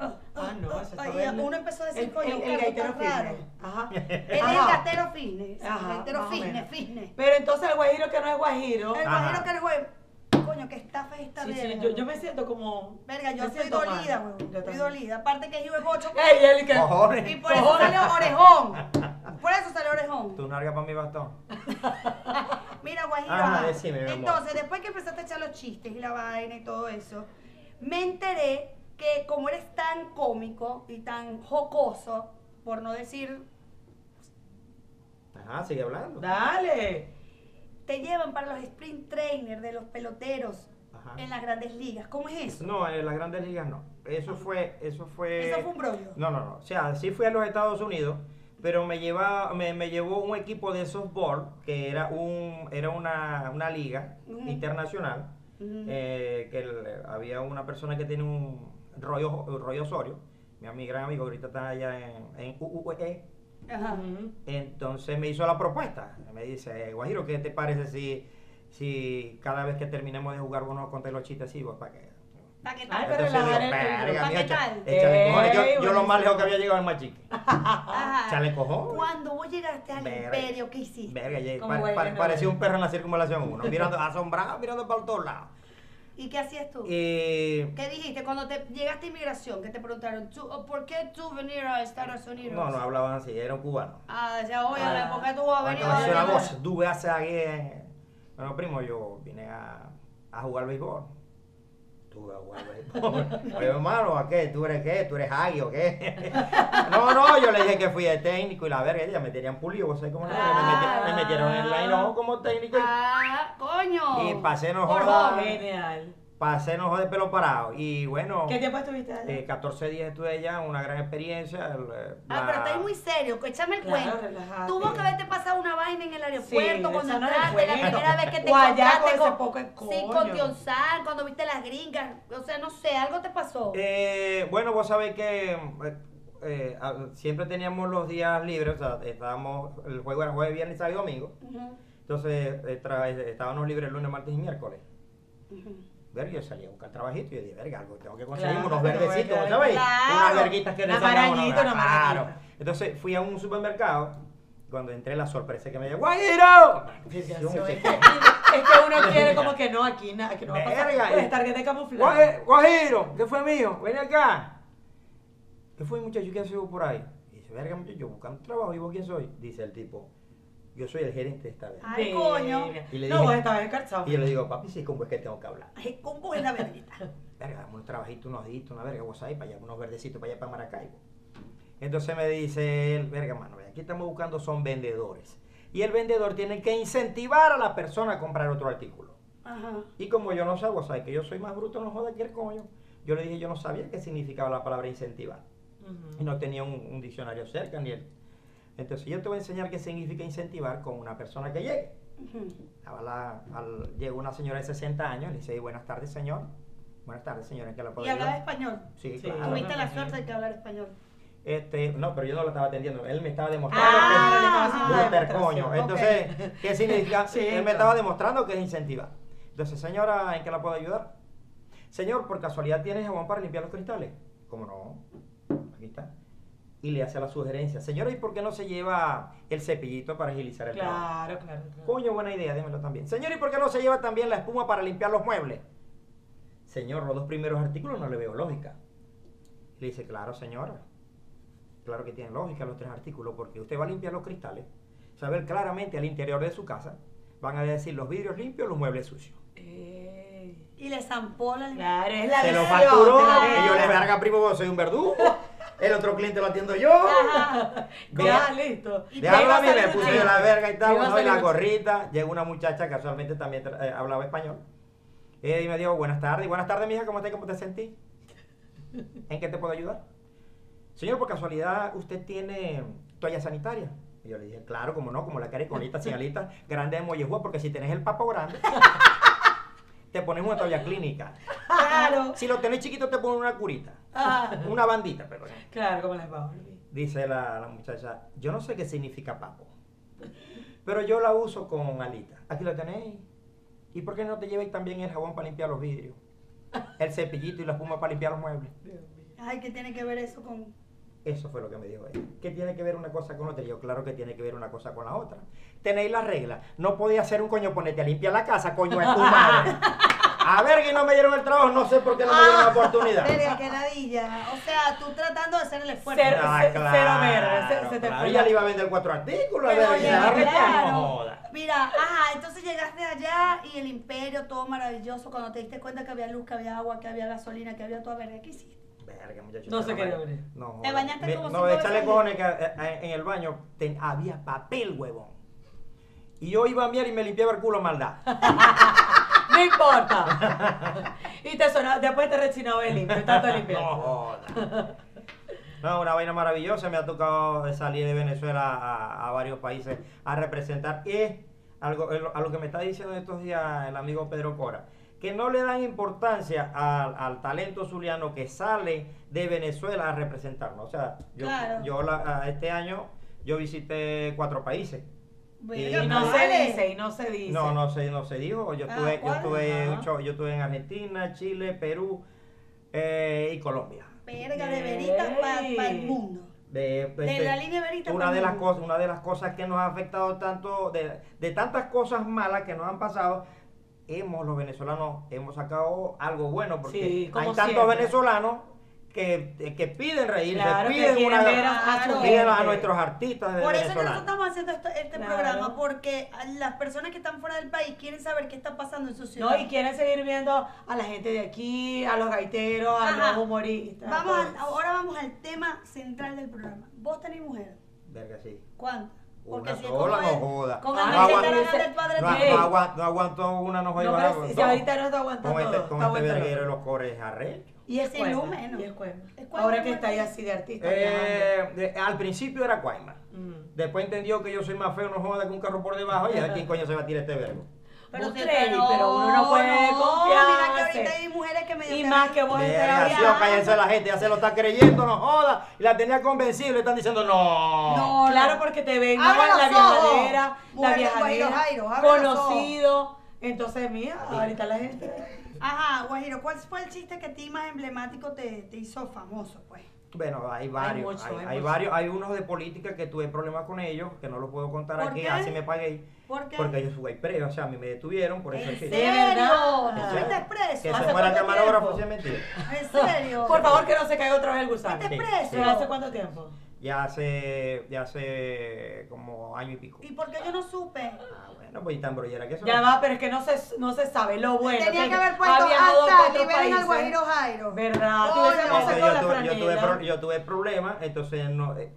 [SPEAKER 2] Ah, no, eso está
[SPEAKER 3] y
[SPEAKER 2] bien.
[SPEAKER 3] uno empezó a decir,
[SPEAKER 2] El- el-
[SPEAKER 3] coño, Oscar,
[SPEAKER 2] El
[SPEAKER 3] tú estás
[SPEAKER 2] gaitero
[SPEAKER 3] raro.
[SPEAKER 2] fitness. Ajá.
[SPEAKER 3] Él es el
[SPEAKER 2] Ajá.
[SPEAKER 3] gatero fitness.
[SPEAKER 2] Ajá,
[SPEAKER 3] el gatero
[SPEAKER 2] más o
[SPEAKER 3] fitness,
[SPEAKER 2] menos.
[SPEAKER 3] fitness.
[SPEAKER 2] Pero entonces el guajiro que no es guajiro.
[SPEAKER 3] El
[SPEAKER 1] Ajá.
[SPEAKER 3] guajiro que el güey. Coño, que estafa es esta
[SPEAKER 2] Sí, sí,
[SPEAKER 3] verga.
[SPEAKER 2] yo, yo me siento como.
[SPEAKER 3] Verga, yo
[SPEAKER 2] me
[SPEAKER 3] estoy
[SPEAKER 2] siento mal.
[SPEAKER 3] dolida,
[SPEAKER 2] Yo
[SPEAKER 3] weón. Estoy
[SPEAKER 2] también.
[SPEAKER 3] dolida. Aparte que es gocho.
[SPEAKER 2] ¡Ey, Eli, que-
[SPEAKER 1] Cojones.
[SPEAKER 3] Y por eso sale orejón. Por eso sale orejón.
[SPEAKER 1] Tu narga para mi bastón.
[SPEAKER 3] Mira, Guajiro.
[SPEAKER 1] Ajá,
[SPEAKER 3] ajá.
[SPEAKER 1] Ah, decime, mi amor.
[SPEAKER 3] Entonces, después que empezaste a echar los chistes y la vaina y todo eso, me enteré que como eres tan cómico y tan jocoso, por no decir,
[SPEAKER 1] Ajá, sigue hablando.
[SPEAKER 2] Dale.
[SPEAKER 3] te llevan para los sprint trainers de los peloteros
[SPEAKER 1] Ajá.
[SPEAKER 3] en las grandes ligas. ¿Cómo es eso?
[SPEAKER 1] No, en las grandes ligas no. Eso fue, eso fue.
[SPEAKER 3] Eso fue un brollo.
[SPEAKER 1] No, no, no. O sea, sí fui a los Estados Unidos, pero me, lleva, me, me llevó un equipo de softball, que era, un, era una, una liga
[SPEAKER 3] Ujú.
[SPEAKER 1] internacional,
[SPEAKER 3] Ujú.
[SPEAKER 1] eh, que el- había una persona que tiene un rollo, rollo Osorio, mi, ami- gran amigo, ahorita está allá en, en E. UUE,
[SPEAKER 3] Ajá.
[SPEAKER 2] Ujú.
[SPEAKER 1] entonces me hizo la propuesta. Me dice, "Eh, Guajiro, ¿qué te parece si, si cada vez que terminemos de jugar uno contar los chistes así, vos, para que...
[SPEAKER 3] ¿Para qué
[SPEAKER 2] Ay,
[SPEAKER 3] tal?
[SPEAKER 2] pero
[SPEAKER 1] ah, Entonces yo,
[SPEAKER 2] relajar el
[SPEAKER 1] "Verga,
[SPEAKER 3] ¿Pa'
[SPEAKER 1] mijo,
[SPEAKER 3] qué
[SPEAKER 1] echa-
[SPEAKER 3] tal?
[SPEAKER 1] échale
[SPEAKER 2] Ey,
[SPEAKER 1] cojones". Yo, yo lo más
[SPEAKER 2] Eh, buenísimo.
[SPEAKER 1] lejos que había llegado al más chique.
[SPEAKER 3] Ajá.
[SPEAKER 1] Échale cojones.
[SPEAKER 3] Cuando vos llegaste al
[SPEAKER 1] Verga.
[SPEAKER 3] imperio, ¿qué hiciste?
[SPEAKER 1] Verga, ya-
[SPEAKER 2] Como
[SPEAKER 1] pare-
[SPEAKER 2] bueno,
[SPEAKER 1] pare-
[SPEAKER 2] ¿no?
[SPEAKER 1] parecía un perro en la circunvalación 1, mirando, asombrado, mirando para todos lados.
[SPEAKER 3] ¿Y qué hacías tú?
[SPEAKER 1] Eh, Y-
[SPEAKER 3] ¿Qué dijiste cuando te llegaste a inmigración? Que te preguntaron, ¿Tú, oh, ¿por qué tú venir a Estados Unidos?
[SPEAKER 1] no, no hablaban así, era un cubano.
[SPEAKER 3] Ah, decía, oye,
[SPEAKER 2] Ah.
[SPEAKER 3] ¿por qué tú vas a venir
[SPEAKER 1] Entonces
[SPEAKER 2] vale,
[SPEAKER 1] la
[SPEAKER 2] vale.
[SPEAKER 1] voz, tú veas a alguien. Bueno, primo, yo vine a, a jugar béisbol. Tú vas a jugar béisbol. Oye, hermano, ¿a qué? ¿Tú eres qué? ¿Tú eres Agui o qué? no, no, yo le dije que fui de técnico y la verga, ya me tenían pulido, vos sabés cómo es la verga, me, meti- me metieron en la INO como técnico y
[SPEAKER 3] Ah, coño.
[SPEAKER 1] Y pasé, no
[SPEAKER 3] Por
[SPEAKER 1] jodas.
[SPEAKER 3] joven.
[SPEAKER 2] Genial.
[SPEAKER 1] pasé enojo de pelo parado. Y bueno,
[SPEAKER 2] ¿Qué tiempo estuviste allá?
[SPEAKER 1] eh, 14 días estuve allá, una gran experiencia. el, eh,
[SPEAKER 3] Ah,
[SPEAKER 1] la-
[SPEAKER 3] pero estáis muy serio, que échame el
[SPEAKER 2] Claro,
[SPEAKER 3] cuento.
[SPEAKER 2] relájate.
[SPEAKER 3] Tuvo que haberte pasado una vaina en el
[SPEAKER 2] Sí,
[SPEAKER 3] aeropuerto, cuando
[SPEAKER 2] eso no
[SPEAKER 3] entraste, la
[SPEAKER 2] recuerdo.
[SPEAKER 3] primera vez que te
[SPEAKER 2] Guayaco,
[SPEAKER 3] encontraste
[SPEAKER 2] ese
[SPEAKER 3] con,
[SPEAKER 2] poco de
[SPEAKER 3] sí,
[SPEAKER 2] coño.
[SPEAKER 3] con Tionzar, cuando viste las gringas, o sea, no sé, algo te pasó.
[SPEAKER 1] Eh, bueno, vos sabéis que eh, eh, a- siempre teníamos los días libres, o sea, estábamos, el juego era jueves, viernes, sábado y domingo.
[SPEAKER 3] Ujú,
[SPEAKER 1] Entonces, eh, tra- estábamos libres lunes, martes y miércoles.
[SPEAKER 3] ujú.
[SPEAKER 1] Verga, yo salí a buscar trabajito y yo dije, verga, algo tengo que conseguir
[SPEAKER 2] Claro,
[SPEAKER 1] unos
[SPEAKER 2] tengo que
[SPEAKER 1] verdecitos,
[SPEAKER 2] quedar-
[SPEAKER 1] ¿sabes?
[SPEAKER 3] claro.
[SPEAKER 1] Unas verguitas que
[SPEAKER 2] Una
[SPEAKER 1] desarmaban,
[SPEAKER 2] marañita, una
[SPEAKER 1] claro.
[SPEAKER 2] marañita.
[SPEAKER 1] Entonces fui a un supermercado, cuando entré la sorpresa que me dio, ¡Guajiro!
[SPEAKER 2] Ya
[SPEAKER 1] Yo,
[SPEAKER 2] se oye.
[SPEAKER 1] ¿qué?
[SPEAKER 2] Es que uno quiere como que no, aquí nada, que no va a pasar.
[SPEAKER 1] Verga,
[SPEAKER 2] Por
[SPEAKER 1] eh.
[SPEAKER 2] estar que te camuflaje.
[SPEAKER 1] Guaje- Guajiro, ¿qué fue mío? Ven acá. ¿Qué fue, muchacho? ¿Qué haces vos por ahí? Y dice, verga, muchacho, yo buscando trabajo. ¿Y vos quién soy? Dice el tipo, yo soy el gerente de esta vez.
[SPEAKER 3] Ay, coño.
[SPEAKER 1] Y le
[SPEAKER 2] No,
[SPEAKER 1] dije-
[SPEAKER 2] vos estabas encarchado.
[SPEAKER 1] Y yo le digo, papi, sí, ¿cómo es que tengo que hablar?
[SPEAKER 3] Ay, con buena verdita.
[SPEAKER 1] Verga, dame un trabajito, unos días, una verga, vos ahí, para allá, unos verdecitos, para allá, para Maracaibo. Entonces me dice él, verga, mano, aquí estamos buscando son vendedores. Y el vendedor tiene que incentivar a la persona a comprar otro artículo.
[SPEAKER 3] Ajá.
[SPEAKER 1] Y como yo no sé, vos sabés que yo soy más bruto, no joda que el coño. Yo le dije, yo no sabía qué significaba la palabra incentivar. Y
[SPEAKER 2] Ujú.
[SPEAKER 1] no tenía un, un diccionario cerca ni él. Entonces yo te voy a enseñar qué significa incentivar con una persona que llegue.
[SPEAKER 3] ujú.
[SPEAKER 1] Estaba la- al- llegó una señora de 60 años, le dice, buenas tardes señor. Buenas tardes señora, ¿en qué la puedo
[SPEAKER 3] Y hablaba
[SPEAKER 1] ayudar?"
[SPEAKER 3] español.
[SPEAKER 1] Sí,
[SPEAKER 2] Sí.
[SPEAKER 1] claro.
[SPEAKER 3] Tuviste la
[SPEAKER 2] Ajá.
[SPEAKER 3] suerte de que hablar español.
[SPEAKER 1] Este, no, pero yo no lo estaba atendiendo, él me estaba demostrando
[SPEAKER 2] Ah,
[SPEAKER 1] que-
[SPEAKER 2] le estaba haciendo
[SPEAKER 1] Bruter,
[SPEAKER 2] una demostración.
[SPEAKER 1] coño.
[SPEAKER 2] Ok.
[SPEAKER 1] Entonces, ¿qué significa?
[SPEAKER 2] Sí,
[SPEAKER 1] Él me
[SPEAKER 2] claro.
[SPEAKER 1] estaba demostrando que es incentivar. Entonces, señora, ¿en qué la puedo ayudar? Señor, por casualidad tienes jabón para limpiar los cristales. Como no, aquí está. Y le hace la sugerencia. Señora, ¿y por qué no se lleva el cepillito para agilizar el trabajo?
[SPEAKER 2] Claro, claro, claro.
[SPEAKER 1] Coño, buena idea, démelo también. Señor, ¿y por qué no se lleva también la espuma para limpiar los muebles? Señor, los dos primeros artículos no le veo lógica. Le dice, claro, señora. Claro que tiene lógica los tres artículos, porque usted va a limpiar los cristales, saber claramente al interior de su casa, van a decir los vidrios limpios, los muebles sucios.
[SPEAKER 2] Ey.
[SPEAKER 3] Y le zampó la
[SPEAKER 2] Claro, es la
[SPEAKER 1] Se lo
[SPEAKER 2] visión,
[SPEAKER 1] facturó,
[SPEAKER 2] te la
[SPEAKER 1] y yo le
[SPEAKER 2] veo.
[SPEAKER 1] verga primo, vos soy un verdugo. El otro cliente lo atiendo yo.
[SPEAKER 3] Ajá.
[SPEAKER 1] Yo-
[SPEAKER 2] Ya, listo.
[SPEAKER 3] Y
[SPEAKER 1] De
[SPEAKER 3] te
[SPEAKER 1] algo
[SPEAKER 3] iba
[SPEAKER 1] a
[SPEAKER 3] a
[SPEAKER 1] mí me
[SPEAKER 3] salir un
[SPEAKER 1] puse
[SPEAKER 3] chiste.
[SPEAKER 1] de la verga y
[SPEAKER 2] Te
[SPEAKER 1] tal,
[SPEAKER 2] iba a
[SPEAKER 1] ¿no? y la
[SPEAKER 2] salir un
[SPEAKER 1] gorrita. Llegó una muchacha que casualmente también tra- eh, hablaba español. Eh, y me dijo, buenas tardes. Buenas tardes, mija, ¿cómo estás? ¿Cómo te sentí? ¿En qué te puedo ayudar? Señor, por casualidad, ¿usted tiene toalla sanitaria? Y yo le dije, claro, como no, como la cara y con sin alitas, grande de mollejúa, porque si tenés el papo grande, te pones una toalla clínica.
[SPEAKER 3] Claro.
[SPEAKER 1] Si lo tenés chiquito, te pones una curita.
[SPEAKER 2] Ah,
[SPEAKER 1] Una bandita, perdón.
[SPEAKER 2] claro, como la Pauli.
[SPEAKER 1] Dice la, la muchacha, yo no sé qué significa papo, pero yo la uso con alita. Aquí lo tenéis. ¿Y por qué no te lleváis también el jabón para limpiar los vidrios? El cepillito y la espuma para limpiar los muebles.
[SPEAKER 2] Dios mío.
[SPEAKER 3] Ay, ¿qué tiene que ver eso con...?
[SPEAKER 1] Eso fue lo que me dijo ella. ¿Qué tiene que ver una cosa con otra? Yo, claro que tiene que ver una cosa con la otra. Tenéis la regla. No podía hacer un coño ponete a limpiar la casa, coño, es tu madre. A ver, que no me dieron el trabajo, no sé por qué no me dieron la oportunidad.
[SPEAKER 3] Verga, qué ladilla. O sea, tú tratando de hacer el esfuerzo.
[SPEAKER 2] Ser-
[SPEAKER 1] Ah,
[SPEAKER 2] se- Ah, cero verde, se- se te
[SPEAKER 1] claro.
[SPEAKER 2] fue
[SPEAKER 1] Ella
[SPEAKER 2] la-
[SPEAKER 1] le iba a vender cuatro artículos, a
[SPEAKER 2] Pero
[SPEAKER 1] ver, y
[SPEAKER 2] ya,
[SPEAKER 1] agarre todo,
[SPEAKER 3] claro.
[SPEAKER 1] no joda.
[SPEAKER 3] Mira, ajá, entonces llegaste allá y el imperio, todo maravilloso, cuando te diste cuenta que había luz, que había agua, que había gasolina, que había toda verga, ¿qué hiciste?
[SPEAKER 1] Verga, muchacho.
[SPEAKER 2] No se
[SPEAKER 1] esta la
[SPEAKER 2] quería
[SPEAKER 1] vaina.
[SPEAKER 2] abrir.
[SPEAKER 1] No.
[SPEAKER 3] Te bañaste
[SPEAKER 1] me-
[SPEAKER 3] como
[SPEAKER 1] No,
[SPEAKER 3] cinco
[SPEAKER 1] échale
[SPEAKER 3] veces
[SPEAKER 1] cojones que eh, eh, en el baño ten- había papel, huevón. Y yo iba a miar y me limpiaba el culo maldad.
[SPEAKER 2] No importa. Y te sonó, después te rechinaba el limpio, tanto limpio.
[SPEAKER 1] No, joda. No, una vaina maravillosa. Me ha tocado de salir de Venezuela a, a varios países a representar. Y algo, eh, lo- a lo que me está diciendo estos días el amigo Pedro Cora, que no le dan importancia al, al talento zuliano que sale de Venezuela a representarnos. O sea, yo,
[SPEAKER 3] Claro.
[SPEAKER 1] yo la- a- este año yo visité cuatro países.
[SPEAKER 3] Verga,
[SPEAKER 2] Y no se
[SPEAKER 3] vale.
[SPEAKER 2] dice, y no se dice.
[SPEAKER 1] No, no se, no se dijo. Yo
[SPEAKER 3] Ah,
[SPEAKER 1] estuve, yo
[SPEAKER 3] ¿cuál?
[SPEAKER 1] estuve,
[SPEAKER 2] Ajá.
[SPEAKER 1] ocho- yo estuve en Argentina, Chile, Perú eh, y Colombia.
[SPEAKER 3] Verga, de veritas para
[SPEAKER 2] Ey.
[SPEAKER 3] el mundo.
[SPEAKER 1] de,
[SPEAKER 3] De
[SPEAKER 1] este,
[SPEAKER 3] la línea verita
[SPEAKER 1] una
[SPEAKER 3] pa'l
[SPEAKER 1] de las
[SPEAKER 3] mundo.
[SPEAKER 1] cosas una de las cosas que nos ha afectado tanto de, de tantas cosas malas que nos han pasado hemos los venezolanos hemos sacado algo bueno porque
[SPEAKER 2] Sí, como
[SPEAKER 1] hay tantos
[SPEAKER 2] siempre.
[SPEAKER 1] venezolanos que, que piden reírse
[SPEAKER 2] Claro que
[SPEAKER 1] piden,
[SPEAKER 2] quieren
[SPEAKER 1] una-
[SPEAKER 2] ver a, a su
[SPEAKER 3] Claro.
[SPEAKER 1] piden a
[SPEAKER 2] gente.
[SPEAKER 1] nuestros artistas de
[SPEAKER 3] Por eso es que nosotros
[SPEAKER 1] venezolanos
[SPEAKER 3] estamos haciendo esto- este
[SPEAKER 2] Claro.
[SPEAKER 3] programa, porque las personas que están fuera del país quieren saber qué está pasando en su ciudad.
[SPEAKER 2] No, y quieren seguir viendo a la gente de aquí, a los gaiteros, a
[SPEAKER 3] Ajá.
[SPEAKER 2] los humoristas. Pues,
[SPEAKER 3] Vamos
[SPEAKER 2] a
[SPEAKER 3] al- ahora vamos al tema central del programa. ¿Vos tenés mujer?
[SPEAKER 1] verga sí
[SPEAKER 3] ¿Cuántas?
[SPEAKER 1] Una
[SPEAKER 3] Porque si es
[SPEAKER 1] sola
[SPEAKER 3] como
[SPEAKER 1] no
[SPEAKER 3] él,
[SPEAKER 1] joda.
[SPEAKER 3] con
[SPEAKER 1] No
[SPEAKER 2] el
[SPEAKER 3] Andrés
[SPEAKER 2] aguanta-
[SPEAKER 1] aguanto-
[SPEAKER 3] Quintarana del padre
[SPEAKER 2] no
[SPEAKER 1] no,
[SPEAKER 2] Ey.
[SPEAKER 3] tuyo.
[SPEAKER 1] no aguanto, no aguanto una, no
[SPEAKER 2] No,
[SPEAKER 1] joda.
[SPEAKER 2] pero
[SPEAKER 1] aguanto
[SPEAKER 2] si, si
[SPEAKER 1] dos.
[SPEAKER 2] ahorita no te aguantas
[SPEAKER 1] con este,
[SPEAKER 2] todo.
[SPEAKER 1] con
[SPEAKER 2] está
[SPEAKER 1] este
[SPEAKER 2] bueno.
[SPEAKER 1] verguero de los cores arrecho.
[SPEAKER 3] Y es
[SPEAKER 2] Cuaima,
[SPEAKER 3] ilumeno.
[SPEAKER 2] Y es Cuaima.
[SPEAKER 3] Es pues. Cuaima,
[SPEAKER 2] Ahora que
[SPEAKER 3] Cuaima.
[SPEAKER 2] está ahí así de artista. viajando.
[SPEAKER 1] Eh, de- al principio era Cuaima.
[SPEAKER 2] Mm.
[SPEAKER 1] Después entendió que yo soy más feo, no joda que un carro por debajo. Y a quién coño se va a tirar este verbo.
[SPEAKER 2] Vos
[SPEAKER 3] sí,
[SPEAKER 2] creí, pero uno no puede
[SPEAKER 3] Mira que ahorita
[SPEAKER 2] confiarse.
[SPEAKER 3] hay mujeres que me
[SPEAKER 2] Y más que vos
[SPEAKER 1] Le
[SPEAKER 2] estés
[SPEAKER 1] nació
[SPEAKER 2] hablando.
[SPEAKER 1] oh, cállense la gente, ya se lo está creyendo, no joda. Y la tenía convencible, están diciendo no.
[SPEAKER 3] No.
[SPEAKER 2] Claro, porque te ven
[SPEAKER 3] Abre
[SPEAKER 2] la
[SPEAKER 3] los ojos.
[SPEAKER 2] viajadera, la
[SPEAKER 3] Mujer de Guairo,
[SPEAKER 2] viajadera,
[SPEAKER 3] Jairo, abre los
[SPEAKER 2] conocido. Entonces, mira, ahorita la gente.
[SPEAKER 3] Ajá, Guajiro, ¿cuál fue el chiste que a ti más emblemático te, te hizo famoso, pues?
[SPEAKER 1] Bueno, hay varios, hay,
[SPEAKER 2] mucho, hay
[SPEAKER 1] hay
[SPEAKER 2] mucho.
[SPEAKER 1] varios, hay unos de política que tuve problemas con ellos, que no los puedo contar
[SPEAKER 3] ¿Por
[SPEAKER 1] aquí,
[SPEAKER 3] qué?
[SPEAKER 1] así me pagué,
[SPEAKER 3] ¿Por qué?
[SPEAKER 1] porque yo fui preso, o sea, a mí me detuvieron, por eso
[SPEAKER 3] ¿En
[SPEAKER 1] es que-
[SPEAKER 3] serio?
[SPEAKER 2] verdad.
[SPEAKER 3] ¿Tú
[SPEAKER 1] que se-
[SPEAKER 3] fuiste preso?
[SPEAKER 1] Que
[SPEAKER 2] ¿Hace
[SPEAKER 1] se fuera
[SPEAKER 2] cuánto
[SPEAKER 1] camarógrafo,
[SPEAKER 2] tiempo?
[SPEAKER 1] sí es mentira.
[SPEAKER 3] ¿En serio?
[SPEAKER 2] Por favor, que no se caiga otra vez el gusano.
[SPEAKER 3] ¿Fuiste
[SPEAKER 1] Sí.
[SPEAKER 3] preso?
[SPEAKER 2] ¿Pero hace cuánto tiempo?
[SPEAKER 1] Ya hace, ya hace como año y pico.
[SPEAKER 3] ¿Y por qué yo no supe?
[SPEAKER 1] Ah, bueno, pues y tan brollera que eso.
[SPEAKER 2] Ya va, pero es que no se, no se sabe lo bueno.
[SPEAKER 3] Tenía que
[SPEAKER 2] Entonces,
[SPEAKER 3] haber puesto
[SPEAKER 2] ha viajado a
[SPEAKER 3] hasta
[SPEAKER 2] cuatro
[SPEAKER 3] liberen al
[SPEAKER 2] países.
[SPEAKER 3] Guajiro Jairo.
[SPEAKER 2] ¿Verdad?
[SPEAKER 3] Coño.
[SPEAKER 2] Tuviésemos
[SPEAKER 1] Entonces,
[SPEAKER 2] sacado la
[SPEAKER 1] yo, tuve, yo, tuve
[SPEAKER 2] franela.
[SPEAKER 1] pro- yo tuve problemas, entonces no, eh,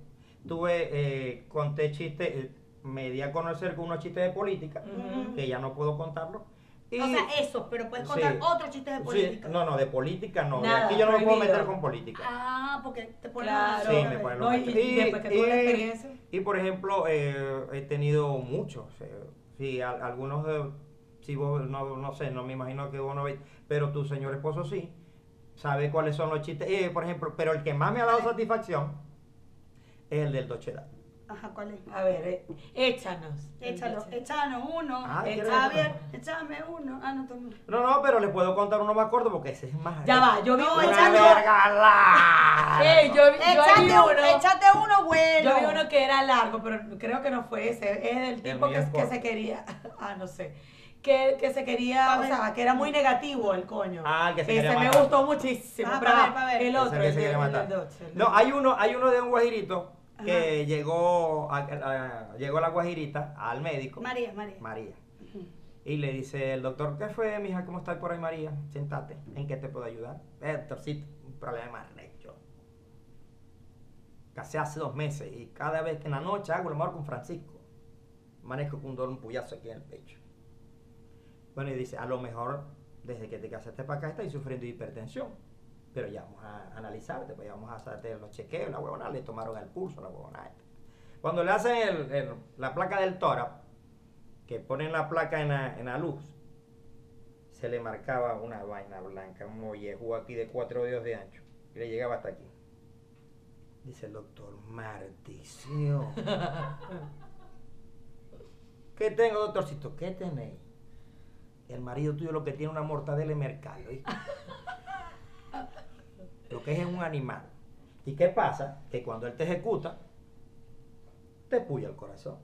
[SPEAKER 1] tuve, eh, conté chistes, eh, me di a conocer con unos chistes de política,
[SPEAKER 2] Ujú.
[SPEAKER 1] que ya no puedo contarlos. Y-
[SPEAKER 3] O sea, eso, pero puedes
[SPEAKER 1] Sí.
[SPEAKER 3] contar otros chistes de
[SPEAKER 1] Sí,
[SPEAKER 3] política.
[SPEAKER 1] no, no, de política no. de
[SPEAKER 2] Nada,
[SPEAKER 1] aquí yo no me puedo
[SPEAKER 2] prohibido.
[SPEAKER 1] meter con política.
[SPEAKER 3] Ah, porque te ponen
[SPEAKER 2] Claro.
[SPEAKER 1] Sí, me ponen los
[SPEAKER 2] No, y-
[SPEAKER 1] machos.
[SPEAKER 2] y después que tuve la experiencia.
[SPEAKER 1] y, por ejemplo, eh, he tenido muchos. eh, sí, al- algunos, eh, si vos, no, no sé, no me imagino que vos no veis, pero tu señor esposo sí, sabe cuáles son los chistes. Eh, por ejemplo, pero el que más me ha dado satisfacción es el del Docheda.
[SPEAKER 3] Ajá, ¿cuál es?
[SPEAKER 2] A ver, eh, échanos.
[SPEAKER 3] Échalo, échanos uno.
[SPEAKER 1] Ah, ¿quieres
[SPEAKER 3] Está
[SPEAKER 1] otro?
[SPEAKER 3] bien, échame uno. Ah, no, tú no.
[SPEAKER 1] No, no, pero le puedo contar uno más corto porque ese es más.
[SPEAKER 2] Ya va, yo Eh, vi
[SPEAKER 3] No,
[SPEAKER 2] uno.
[SPEAKER 1] Una
[SPEAKER 3] échame-
[SPEAKER 1] verga larga.
[SPEAKER 2] Ey, yo, vi- yo vi
[SPEAKER 3] Échate, un-
[SPEAKER 2] uno.
[SPEAKER 3] échate uno bueno.
[SPEAKER 2] Yo vi uno que era largo, pero creo que no fue ese. Es del
[SPEAKER 1] El
[SPEAKER 2] tipo
[SPEAKER 1] mío
[SPEAKER 2] que,
[SPEAKER 1] es
[SPEAKER 2] que se
[SPEAKER 1] corto.
[SPEAKER 2] quería. Ah, no sé. Que, que se quería,
[SPEAKER 3] A
[SPEAKER 2] o
[SPEAKER 3] ver.
[SPEAKER 2] sea, que era muy negativo el coño.
[SPEAKER 1] Ah, el que se quería
[SPEAKER 2] Ese me
[SPEAKER 1] matar.
[SPEAKER 2] gustó muchísimo.
[SPEAKER 3] Ah,
[SPEAKER 2] pero
[SPEAKER 3] pa'
[SPEAKER 2] va,
[SPEAKER 3] ver, pa' ver.
[SPEAKER 2] El
[SPEAKER 1] Ese
[SPEAKER 2] otro,
[SPEAKER 1] que
[SPEAKER 2] el
[SPEAKER 1] se
[SPEAKER 2] de-
[SPEAKER 1] quiere
[SPEAKER 2] el
[SPEAKER 1] matar.
[SPEAKER 2] del Dodge, el
[SPEAKER 1] No,
[SPEAKER 2] del-
[SPEAKER 1] hay uno, hay uno de un guajirito que llegó, a- a- llegó la guajirita al médico.
[SPEAKER 3] María, María.
[SPEAKER 1] María. Y le dice el doctor, ¿qué fue, mija? ¿Cómo estás por ahí, María? Siéntate, ¿en qué te puedo ayudar? Eh, doctorcito, un problema recho. Casé hace dos meses y cada vez que en la noche hago el amor con Francisco, amanezco con un dolor, un puyazo aquí en el pecho. Bueno, y dice, a lo mejor desde que te casaste para acá estás sufriendo de hipertensión. Pero ya vamos a analizarte, pues ya vamos a hacerte los chequeos, la huevona, le tomaron el pulso, la huevona. esta. Cuando le hacen el- el- la placa del tórax, que ponen la placa en la, en la luz, se le marcaba una vaina blanca, un mollejo aquí de cuatro dedos de ancho, y le llegaba hasta aquí. Dice el doctor, maldición. ¿Qué tengo, doctorcito? ¿Qué tenéis? El marido tuyo lo que tiene una mortadela de mercado. ¿oíste? Lo que es es un animal. ¿Y qué pasa? Que cuando él te ejecuta, te puya el corazón.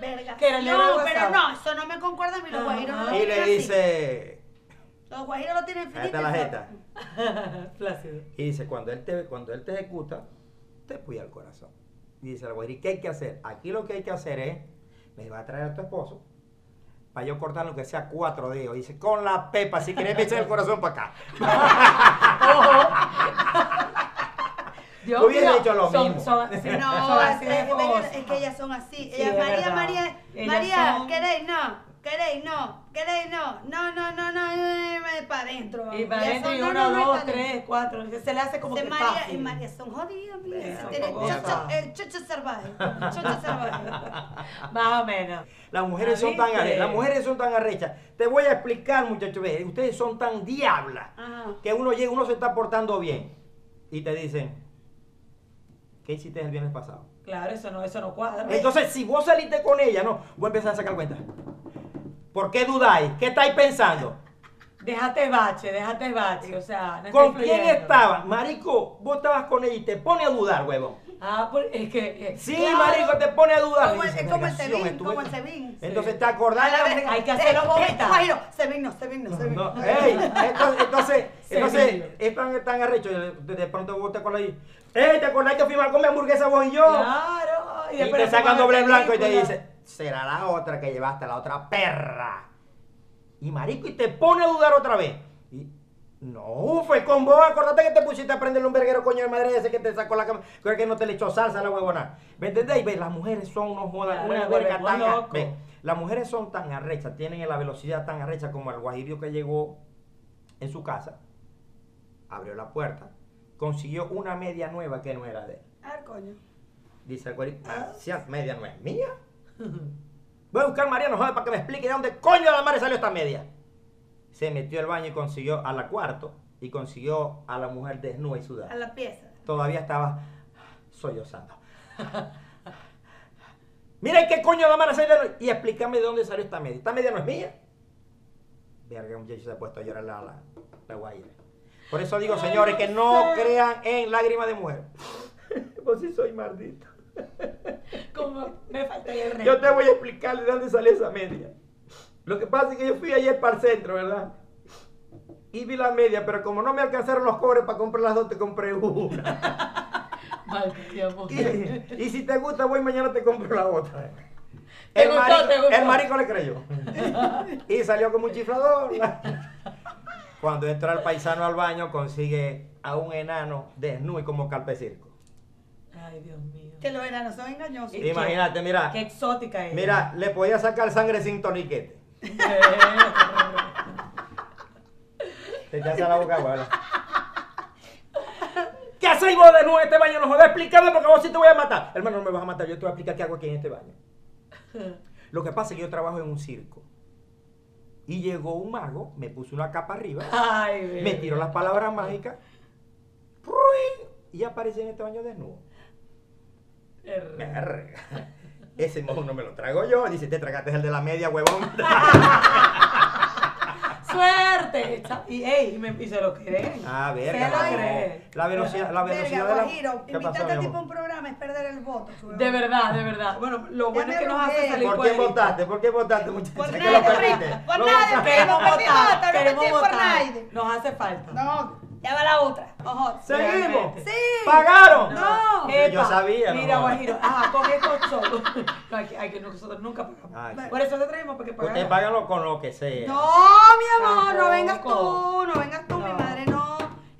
[SPEAKER 3] Verga.
[SPEAKER 2] Que era el negro
[SPEAKER 3] no,
[SPEAKER 2] de
[SPEAKER 3] pero
[SPEAKER 2] WhatsApp.
[SPEAKER 3] no, eso no me concuerda a mí. Los
[SPEAKER 2] Ah.
[SPEAKER 3] guajiros no lo
[SPEAKER 1] Y le
[SPEAKER 3] tienen así.
[SPEAKER 1] dice,
[SPEAKER 3] Los guajiros lo tienen finito.
[SPEAKER 1] cállate la jeta.
[SPEAKER 2] Plácido.
[SPEAKER 1] Y dice, cuando él te, cuando él te ejecuta, te puya el corazón. Y dice el güey, ¿y qué hay que hacer? Aquí lo que hay que hacer es, me va a traer a tu esposo, para yo cortar lo que sea cuatro dedos. Dice, con la pepa, si querés me echas el corazón para acá.
[SPEAKER 2] Dios
[SPEAKER 1] Tú hubieras
[SPEAKER 2] mío,
[SPEAKER 1] hecho lo
[SPEAKER 2] son-
[SPEAKER 1] mismo.
[SPEAKER 2] son- sí,
[SPEAKER 3] No,
[SPEAKER 2] son
[SPEAKER 3] es,
[SPEAKER 2] así de
[SPEAKER 3] es-
[SPEAKER 2] fogosas.
[SPEAKER 3] es que ellas son así.
[SPEAKER 2] Sí,
[SPEAKER 3] Ellas,
[SPEAKER 2] es
[SPEAKER 3] María,
[SPEAKER 2] verdad.
[SPEAKER 3] María,
[SPEAKER 2] Ellas
[SPEAKER 3] María,
[SPEAKER 2] son-
[SPEAKER 3] queréis no, queréis no, queréis no, no, no, no, no, eh, para adentro.
[SPEAKER 2] Y para adentro, y uno, dos, tres, cuatro. Se le hace como que
[SPEAKER 3] María,
[SPEAKER 2] fácil.
[SPEAKER 3] Y María son jodidas, mira,
[SPEAKER 2] Pero
[SPEAKER 3] se tiene
[SPEAKER 1] famosa.
[SPEAKER 3] chocho- el chocho salvaje, chocho salvaje.
[SPEAKER 2] Más o menos.
[SPEAKER 1] Las mujeres son tan
[SPEAKER 2] ¿Viste?
[SPEAKER 1] arrechas, las mujeres son tan arrechas. Te voy a explicar, muchachos, ve, ustedes son tan diablas
[SPEAKER 3] Ajá.
[SPEAKER 1] que uno llega, uno se está portando bien y te dicen, ¿qué hiciste el viernes pasado?
[SPEAKER 2] Claro, eso no, eso no cuadra.
[SPEAKER 1] Eh, Entonces, si vos saliste con ella, no, voy a empezar a sacar cuenta. ¿Por qué dudáis? ¿Qué estáis pensando?
[SPEAKER 2] Déjate bache, déjate bache. O sea, no
[SPEAKER 1] ¿Con
[SPEAKER 2] estoy
[SPEAKER 1] quién
[SPEAKER 2] fluyendo.
[SPEAKER 1] estabas? Marico, vos estabas con ella y te pone a dudar, huevón.
[SPEAKER 2] Ah, pues es que. eh,
[SPEAKER 1] Sí,
[SPEAKER 3] Claro.
[SPEAKER 1] marico, te pone a dudar.
[SPEAKER 3] Como el-
[SPEAKER 1] Dices,
[SPEAKER 3] es como el
[SPEAKER 1] "Vergación,
[SPEAKER 3] Sebin,
[SPEAKER 1] estuve-
[SPEAKER 3] como el Sebin, sí.
[SPEAKER 1] Entonces, ¿te acordás? de la verga?
[SPEAKER 2] hay que hacerlo bombita.
[SPEAKER 3] Guajiro, Eh, se vino, se vino, se vino.
[SPEAKER 1] No,
[SPEAKER 2] eh.
[SPEAKER 1] ey, entonces, entonces,
[SPEAKER 2] Se
[SPEAKER 1] entonces
[SPEAKER 2] ríe.
[SPEAKER 1] están tan arrechos. De, de pronto vos te acordás y, ¡Ey, te acordás que fuimos a comer hamburguesa vos y yo!
[SPEAKER 2] Claro.
[SPEAKER 1] Y,
[SPEAKER 2] después
[SPEAKER 1] te
[SPEAKER 2] nos
[SPEAKER 1] sacan
[SPEAKER 2] vamos a
[SPEAKER 1] doble
[SPEAKER 2] ver
[SPEAKER 1] blanco y te
[SPEAKER 2] película.
[SPEAKER 1] dice, será la otra que llevaste, la otra perra. Y marico, y te pone a dudar otra vez. Y, No, fue con vos. Acordate que te pusiste a prenderle un verguero coño de madre ese que te sacó la cama. Creo que no te le echó salsa a la huevona. ¿Me entendéis? Ve, las mujeres son unos jodas,
[SPEAKER 2] Claro, me
[SPEAKER 1] una verga
[SPEAKER 2] vuelvo
[SPEAKER 1] tan a-
[SPEAKER 2] loco.
[SPEAKER 1] ve, Las mujeres son tan arrechas, tienen la velocidad tan arrecha como el guajirio que llegó en su casa, abrió la puerta, consiguió una media nueva que no era de él.
[SPEAKER 3] Ah, coño.
[SPEAKER 1] Dice el guajirio, "Ah, si es media no es mía. Voy a buscar a Mariano Joder para que me explique de dónde coño de la madre salió esta media. Se metió al baño y consiguió a la cuarto y consiguió a la mujer desnuda y sudada
[SPEAKER 3] A la pieza.
[SPEAKER 1] todavía estaba sollozando. Mira qué coño la mano salió y explícame de dónde salió esta media. Esta media no es mía. Verga, muchacho se ha puesto a llorar la, la, la guaira. Por eso digo,
[SPEAKER 2] Ay,
[SPEAKER 1] señores,
[SPEAKER 2] no
[SPEAKER 1] que no
[SPEAKER 2] sé.
[SPEAKER 1] crean en lágrimas de mujer. Vos sí soy maldito.
[SPEAKER 2] Como me falta el rey.
[SPEAKER 1] Yo te voy a explicar de dónde sale esa media. Lo que pasa es que yo fui ayer para el centro, ¿verdad? Y vi la media, pero como no me alcanzaron los cobres para comprar las dos, te compré una.
[SPEAKER 2] Maldita mujer.
[SPEAKER 1] Y, y si te gusta, voy mañana te compro la otra.
[SPEAKER 2] ¿Te
[SPEAKER 1] el,
[SPEAKER 2] gustó,
[SPEAKER 1] marico,
[SPEAKER 2] te gustó?
[SPEAKER 1] el marico le creyó. y salió como un chiflador. Cuando entra el paisano al baño, consigue a un enano desnudo y como calpecirco.
[SPEAKER 2] Ay, Dios mío.
[SPEAKER 3] Que los enanos son engañosos.
[SPEAKER 2] Y-
[SPEAKER 1] Imagínate, mira,
[SPEAKER 2] Qué exótica es.
[SPEAKER 1] mira, le podía sacar sangre sin torniquete. Te echas a la boca, abuela. ¿Qué hacéis vos de nuevo en este baño? No jodas, explícame porque vos sí te voy a matar. Hermano, no me vas a matar, yo te voy a explicar qué hago aquí en este baño. Lo que pasa es que yo trabajo en un circo. Y llegó un mago, me puso una capa arriba,
[SPEAKER 2] Ay, bebé.
[SPEAKER 1] me tiró las palabras mágicas, ¡pruin! y aparecí en este baño desnudo.
[SPEAKER 2] Qué raro.
[SPEAKER 1] Verga. Ese mojo no me lo trago yo. Dice, te tragaste el de la media, huevón.
[SPEAKER 2] Suerte. cha- Y, ey, y me, y se lo creen.
[SPEAKER 1] Ah,
[SPEAKER 2] Se
[SPEAKER 1] verga.
[SPEAKER 2] lo
[SPEAKER 1] no.
[SPEAKER 2] creen.
[SPEAKER 1] La velocidad, la velocidad
[SPEAKER 3] Verga,
[SPEAKER 1] de la...
[SPEAKER 3] Guajiro,
[SPEAKER 1] ¿Qué pasó,
[SPEAKER 3] invitarte a
[SPEAKER 1] mi
[SPEAKER 3] tipo a un
[SPEAKER 1] amor?
[SPEAKER 3] programa es perder el voto. huevón.
[SPEAKER 2] De verdad, de verdad. Bueno, lo
[SPEAKER 3] Ya
[SPEAKER 2] bueno es
[SPEAKER 3] me
[SPEAKER 2] que nos hace
[SPEAKER 3] arrugué.
[SPEAKER 2] salir
[SPEAKER 1] ¿Por qué
[SPEAKER 2] cuadritos.
[SPEAKER 1] votaste? ¿Por qué votaste, muchacha?
[SPEAKER 3] Por
[SPEAKER 1] ¿Qué
[SPEAKER 3] nadie,
[SPEAKER 1] lo perdiste?
[SPEAKER 3] primo, por
[SPEAKER 1] Lo
[SPEAKER 3] nadie,
[SPEAKER 1] votaste.
[SPEAKER 3] primo.
[SPEAKER 2] Queremos
[SPEAKER 3] No perdí voto,
[SPEAKER 2] votar,
[SPEAKER 3] no
[SPEAKER 2] queremos
[SPEAKER 3] perdí por
[SPEAKER 2] votar.
[SPEAKER 3] nadie.
[SPEAKER 2] Nos hace falta.
[SPEAKER 3] No, ya va la otra. Ojo.
[SPEAKER 1] Seguimos.
[SPEAKER 2] Realmente.
[SPEAKER 3] Sí.
[SPEAKER 1] Pagaron.
[SPEAKER 3] No.
[SPEAKER 1] Yo sabía, no
[SPEAKER 2] Mira,
[SPEAKER 1] jodas.
[SPEAKER 2] Guajiro, ajá, con estos cholos. No, aquí, aquí nosotros nunca pagamos.
[SPEAKER 1] Ay,
[SPEAKER 2] Por eso te traemos, porque pagamos.
[SPEAKER 1] Usted págalo con lo que sea.
[SPEAKER 3] No, mi amor, no vengas
[SPEAKER 2] Tampoco.
[SPEAKER 3] tú, no vengas tú, mi
[SPEAKER 2] No.
[SPEAKER 3] madre, no.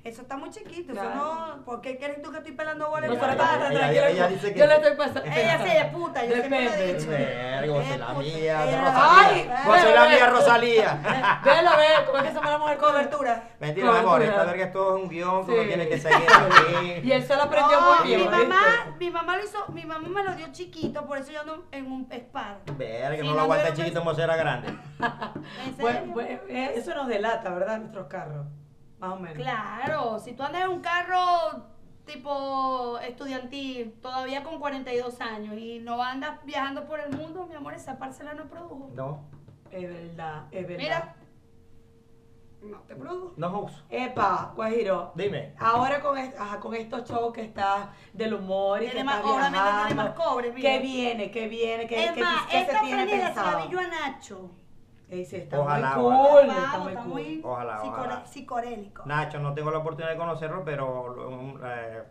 [SPEAKER 3] Eso está muy chiquito, eso
[SPEAKER 2] Claro.
[SPEAKER 3] no. ¿Por qué quieres tú que estoy pelando bolas?
[SPEAKER 2] Nosotros
[SPEAKER 1] Ella-
[SPEAKER 2] estamos
[SPEAKER 1] ella-
[SPEAKER 2] tan
[SPEAKER 1] ella-
[SPEAKER 2] tranquilos.
[SPEAKER 1] ella dice que
[SPEAKER 2] Yo le
[SPEAKER 1] sí.
[SPEAKER 2] estoy pasando.
[SPEAKER 3] Ella se de puta, yo siempre lo he
[SPEAKER 2] Depende.
[SPEAKER 3] dicho.
[SPEAKER 1] Verga, vos sois la
[SPEAKER 3] Puta,
[SPEAKER 1] mía,
[SPEAKER 3] ella
[SPEAKER 1] de
[SPEAKER 3] era-
[SPEAKER 2] Ay,
[SPEAKER 3] Ay,
[SPEAKER 1] Vos sois la
[SPEAKER 2] Bueno,
[SPEAKER 1] mía,
[SPEAKER 2] bueno.
[SPEAKER 1] Rosalía.
[SPEAKER 2] Velo, ve, ¿cómo es que se llama la mujer cobertura?
[SPEAKER 3] Cobertura.
[SPEAKER 1] Mentira, mi amor,
[SPEAKER 2] Cobertura.
[SPEAKER 1] esta verga es todo un guión que
[SPEAKER 2] Sí.
[SPEAKER 1] uno tiene que seguir aquí.
[SPEAKER 2] Y él se lo aprendió
[SPEAKER 3] No,
[SPEAKER 2] muy bien.
[SPEAKER 3] mi
[SPEAKER 2] ¿viste?
[SPEAKER 3] mamá, mi mamá lo hizo, mi mamá me lo dio chiquito, por eso yo ando en un espar.
[SPEAKER 1] Verga,
[SPEAKER 3] Sí,
[SPEAKER 1] no
[SPEAKER 3] no,
[SPEAKER 1] lo aguanta
[SPEAKER 3] no, no,
[SPEAKER 1] chiquito, como era grande.
[SPEAKER 3] ¿En
[SPEAKER 2] Bueno,
[SPEAKER 3] serio?
[SPEAKER 2] bueno, eh, eso nos delata, ¿verdad? Nuestros carros. Más o menos.
[SPEAKER 3] Claro, si tú andas en un carro tipo estudiantil, todavía con 42 años, y no andas viajando por el mundo, mi amor, esa parcela no produjo.
[SPEAKER 1] No,
[SPEAKER 2] Es verdad, es verdad.
[SPEAKER 3] Mira. No te produjo.
[SPEAKER 1] no uso.
[SPEAKER 2] Epa, Guajiro.
[SPEAKER 1] Dime.
[SPEAKER 2] Ahora con, est- ajá, con estos shows que estás del humor y que
[SPEAKER 3] Tiene más-
[SPEAKER 2] estás
[SPEAKER 3] obviamente
[SPEAKER 2] viajando,
[SPEAKER 3] tiene más cobre, mira.
[SPEAKER 2] ¿Qué viene? ¿Qué viene? ¿Qué,
[SPEAKER 3] Es
[SPEAKER 2] qué-
[SPEAKER 3] más,
[SPEAKER 2] qué se
[SPEAKER 3] esta
[SPEAKER 2] tiene
[SPEAKER 3] prendida se la
[SPEAKER 2] pensado?
[SPEAKER 3] vi yo a Nacho.
[SPEAKER 2] Ey, sí, está
[SPEAKER 1] Ojalá,
[SPEAKER 2] muy
[SPEAKER 1] ojalá.
[SPEAKER 2] cool,
[SPEAKER 3] Vamos,
[SPEAKER 2] está muy cool.
[SPEAKER 1] Ojalá,
[SPEAKER 3] psicore-
[SPEAKER 1] ojalá.
[SPEAKER 3] psicorélico.
[SPEAKER 1] Nacho, no tengo la oportunidad de conocerlo, pero lo- un- eh,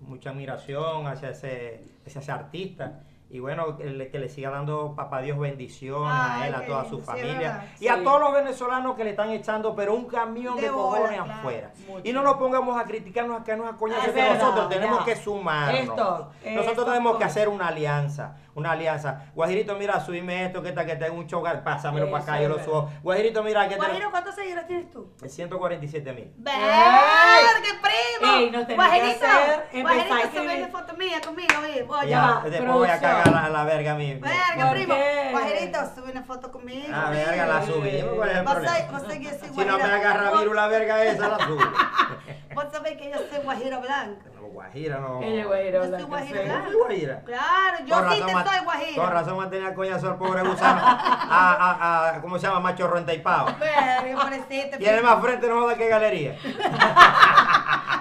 [SPEAKER 1] mucha admiración hacia ese, hacia ese artista. Y bueno, que le, que le siga dando, papá Dios, bendiciones a
[SPEAKER 3] Ay,
[SPEAKER 1] él, a
[SPEAKER 3] qué
[SPEAKER 1] toda
[SPEAKER 3] lindo,
[SPEAKER 1] su
[SPEAKER 3] sí, es verdad.
[SPEAKER 1] familia. y
[SPEAKER 2] Sí.
[SPEAKER 1] a todos los venezolanos que le están echando, pero un camión
[SPEAKER 3] De
[SPEAKER 1] de,
[SPEAKER 3] bola,
[SPEAKER 1] cojones
[SPEAKER 3] claro.
[SPEAKER 1] afuera.
[SPEAKER 2] Mucho.
[SPEAKER 1] Y no nos pongamos a criticarnos, a quedarnos a coñas
[SPEAKER 2] Es
[SPEAKER 1] entre
[SPEAKER 2] verdad,
[SPEAKER 1] nosotros. Tenemos
[SPEAKER 2] ya.
[SPEAKER 1] que sumarnos.
[SPEAKER 2] Esto, esto,
[SPEAKER 1] nosotros tenemos que
[SPEAKER 2] coño.
[SPEAKER 1] hacer una alianza. Una alianza. Guajirito, mira, subime esto, que está, que tengo un show, pásamelo para
[SPEAKER 2] Eso
[SPEAKER 1] acá,
[SPEAKER 2] es
[SPEAKER 1] yo lo
[SPEAKER 2] verdad.
[SPEAKER 1] subo. Guajirito, mira, que
[SPEAKER 3] Guajiro, ¿cuántos seguidores tienes tú?
[SPEAKER 1] te... 147 mil.
[SPEAKER 3] ¡Ver, qué primo!
[SPEAKER 2] Ey, nos tenés que
[SPEAKER 3] Guajerito,
[SPEAKER 2] hacer empezar
[SPEAKER 3] Guajerito,
[SPEAKER 2] a
[SPEAKER 3] se
[SPEAKER 2] escribir.
[SPEAKER 3] ve foto mía conmigo, oye,
[SPEAKER 2] Ya
[SPEAKER 3] oye.
[SPEAKER 1] Ya,
[SPEAKER 2] va,
[SPEAKER 1] después voy a
[SPEAKER 2] producción.
[SPEAKER 1] cagar a la verga mi. mi-
[SPEAKER 3] Verga,
[SPEAKER 2] ¿Por
[SPEAKER 3] primo.
[SPEAKER 2] qué?
[SPEAKER 3] Guajerito, sube una foto conmigo.
[SPEAKER 1] La Ah, verga la subimos, ¿cuál es el
[SPEAKER 3] Vos sabés,
[SPEAKER 1] problema?
[SPEAKER 3] vos sabés que yo
[SPEAKER 1] Si
[SPEAKER 3] soy
[SPEAKER 1] no me
[SPEAKER 3] guajira-
[SPEAKER 1] agarra
[SPEAKER 3] vos-
[SPEAKER 1] virus la verga esa, la subo.
[SPEAKER 3] Vos sabés que yo soy guajiro blanco.
[SPEAKER 1] No, guajira, no.
[SPEAKER 2] Ella es guajiro,
[SPEAKER 3] Yo soy
[SPEAKER 2] blanca,
[SPEAKER 3] guajiro
[SPEAKER 2] sí.
[SPEAKER 1] ¿No
[SPEAKER 3] blanca.
[SPEAKER 1] soy guajira?
[SPEAKER 3] Claro, yo
[SPEAKER 1] Con
[SPEAKER 3] sí
[SPEAKER 1] razón
[SPEAKER 3] te
[SPEAKER 1] ma-
[SPEAKER 3] soy guajiro.
[SPEAKER 1] Con razón mantenía coñazo al pobre gusano. A, a, a, ¿cómo se llama? Macho rentaipao.
[SPEAKER 3] Verga, pobrecito.
[SPEAKER 1] Tiene más frente, no joda que galería.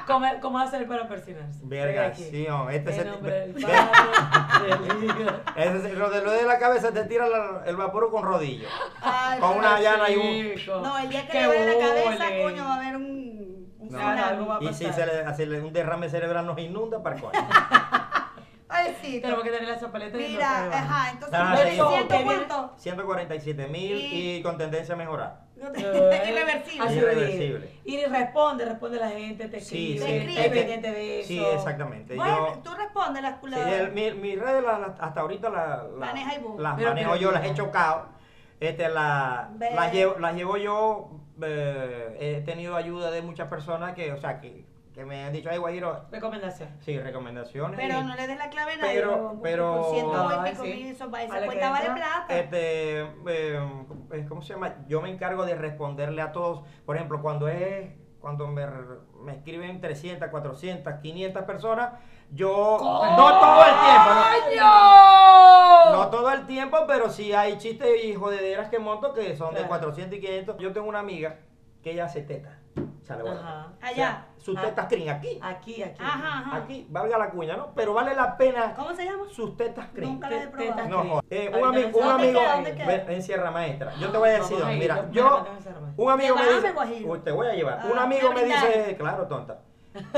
[SPEAKER 2] ¿Cómo, cómo hacer para persinarse?
[SPEAKER 1] Verga,
[SPEAKER 2] Ven aquí.
[SPEAKER 1] sí, oh, este
[SPEAKER 2] En
[SPEAKER 1] se-
[SPEAKER 2] nombre del
[SPEAKER 1] ve-
[SPEAKER 2] Padre, del Hijo.
[SPEAKER 1] Ese, se- lo de lo de la cabeza te tira la- el vapor con rodillo.
[SPEAKER 3] Ay,
[SPEAKER 1] Con una
[SPEAKER 3] ay,
[SPEAKER 1] llana y un.
[SPEAKER 2] Chico,
[SPEAKER 3] No, el día que
[SPEAKER 2] qué
[SPEAKER 3] le vaya la cabeza,
[SPEAKER 2] bullying.
[SPEAKER 3] coño, va a haber un. un
[SPEAKER 1] No.
[SPEAKER 2] Claro,
[SPEAKER 3] tsunami.
[SPEAKER 2] algo va a
[SPEAKER 1] Y si
[SPEAKER 2] pasar.
[SPEAKER 1] se le, se le- un derrame cerebral nos inunda, para coño.
[SPEAKER 3] Ay, sí.
[SPEAKER 2] Tenemos que tener la sopaleta y
[SPEAKER 3] Mira,
[SPEAKER 2] el ropa
[SPEAKER 3] ajá, entonces,
[SPEAKER 1] Ah,
[SPEAKER 3] ¿me
[SPEAKER 1] sí.
[SPEAKER 3] siento
[SPEAKER 2] Que viene-
[SPEAKER 3] cuánto?
[SPEAKER 1] 147 mil
[SPEAKER 3] Y-
[SPEAKER 1] y con tendencia a mejorar.
[SPEAKER 2] debajo.
[SPEAKER 3] Irreversible.
[SPEAKER 2] A subir.
[SPEAKER 1] Irreversible.
[SPEAKER 2] Y responde, responde la gente, te
[SPEAKER 1] Sí,
[SPEAKER 2] escribe,
[SPEAKER 1] sí.
[SPEAKER 3] escribe.
[SPEAKER 2] está
[SPEAKER 1] es que-
[SPEAKER 2] pendiente de eso.
[SPEAKER 1] sí, exactamente.
[SPEAKER 3] Bueno,
[SPEAKER 1] Yo,
[SPEAKER 3] tú respondes las
[SPEAKER 1] sí,
[SPEAKER 3] culadas.
[SPEAKER 1] el- mi- mis redes las- las- hasta ahorita la- la-
[SPEAKER 3] Maneja y vos.
[SPEAKER 1] las
[SPEAKER 2] Pero
[SPEAKER 1] manejo
[SPEAKER 2] qué
[SPEAKER 1] yo, las
[SPEAKER 2] rico.
[SPEAKER 1] he chocado. Este, la,
[SPEAKER 3] Ve.
[SPEAKER 1] las, llevo, las llevo yo. eh, he tenido ayuda de muchas personas que, o sea, que, que me han dicho, ay, Guajiro,
[SPEAKER 2] Recomendación.
[SPEAKER 1] sí, recomendaciones.
[SPEAKER 3] Pero
[SPEAKER 1] y-
[SPEAKER 3] no le des la clave a nadie.
[SPEAKER 1] Pero-
[SPEAKER 3] huevón,
[SPEAKER 1] pero-
[SPEAKER 3] Por ciento
[SPEAKER 2] Ay,
[SPEAKER 3] pico
[SPEAKER 2] sí.
[SPEAKER 3] mil, eso va-
[SPEAKER 2] A
[SPEAKER 3] esa
[SPEAKER 2] la
[SPEAKER 3] cuenta
[SPEAKER 2] que
[SPEAKER 3] vale
[SPEAKER 2] entra.
[SPEAKER 3] plata.
[SPEAKER 1] Este, eh, ¿cómo se llama? Yo me encargo de responderle a todos. Por ejemplo, cuando es cuando me, me escriben 300, 400, 500 personas, yo no todo el tiempo, no, no todo el tiempo, pero sí hay chistes y jodederas que monto que son de
[SPEAKER 2] Claro.
[SPEAKER 1] 400 y 500. Yo tengo una amiga que ella hace teta. Chale, bueno.
[SPEAKER 2] Ajá.
[SPEAKER 1] O sea,
[SPEAKER 3] Allá.
[SPEAKER 1] sus
[SPEAKER 2] Ah.
[SPEAKER 1] tetas crin aquí,
[SPEAKER 2] Aquí, aquí.
[SPEAKER 3] Ajá, ajá.
[SPEAKER 1] aquí, valga la cuña, ¿no? Pero vale la pena
[SPEAKER 3] ¿Cómo se llama?
[SPEAKER 1] sus tetas crin.
[SPEAKER 3] Nunca la he
[SPEAKER 2] Te-
[SPEAKER 3] probado.
[SPEAKER 2] tetas.
[SPEAKER 1] No, joder. Eh, un,
[SPEAKER 2] Ahorita
[SPEAKER 1] amigo, un
[SPEAKER 2] no sé.
[SPEAKER 1] amigo,
[SPEAKER 3] ¿Dónde queda? ¿Dónde queda?
[SPEAKER 1] ven, en Sierra Maestra. Yo te voy a decir,
[SPEAKER 2] Vamos a ir,
[SPEAKER 1] mira,
[SPEAKER 2] yo-
[SPEAKER 1] yo,
[SPEAKER 2] espérate, Sierra Maestra.
[SPEAKER 1] un amigo me
[SPEAKER 3] Llévame,
[SPEAKER 1] dice,
[SPEAKER 3] Guajiro.
[SPEAKER 1] Uy, te voy a llevar,
[SPEAKER 3] Ah,
[SPEAKER 1] un amigo me
[SPEAKER 3] de verdad.
[SPEAKER 1] dice, claro, tonta.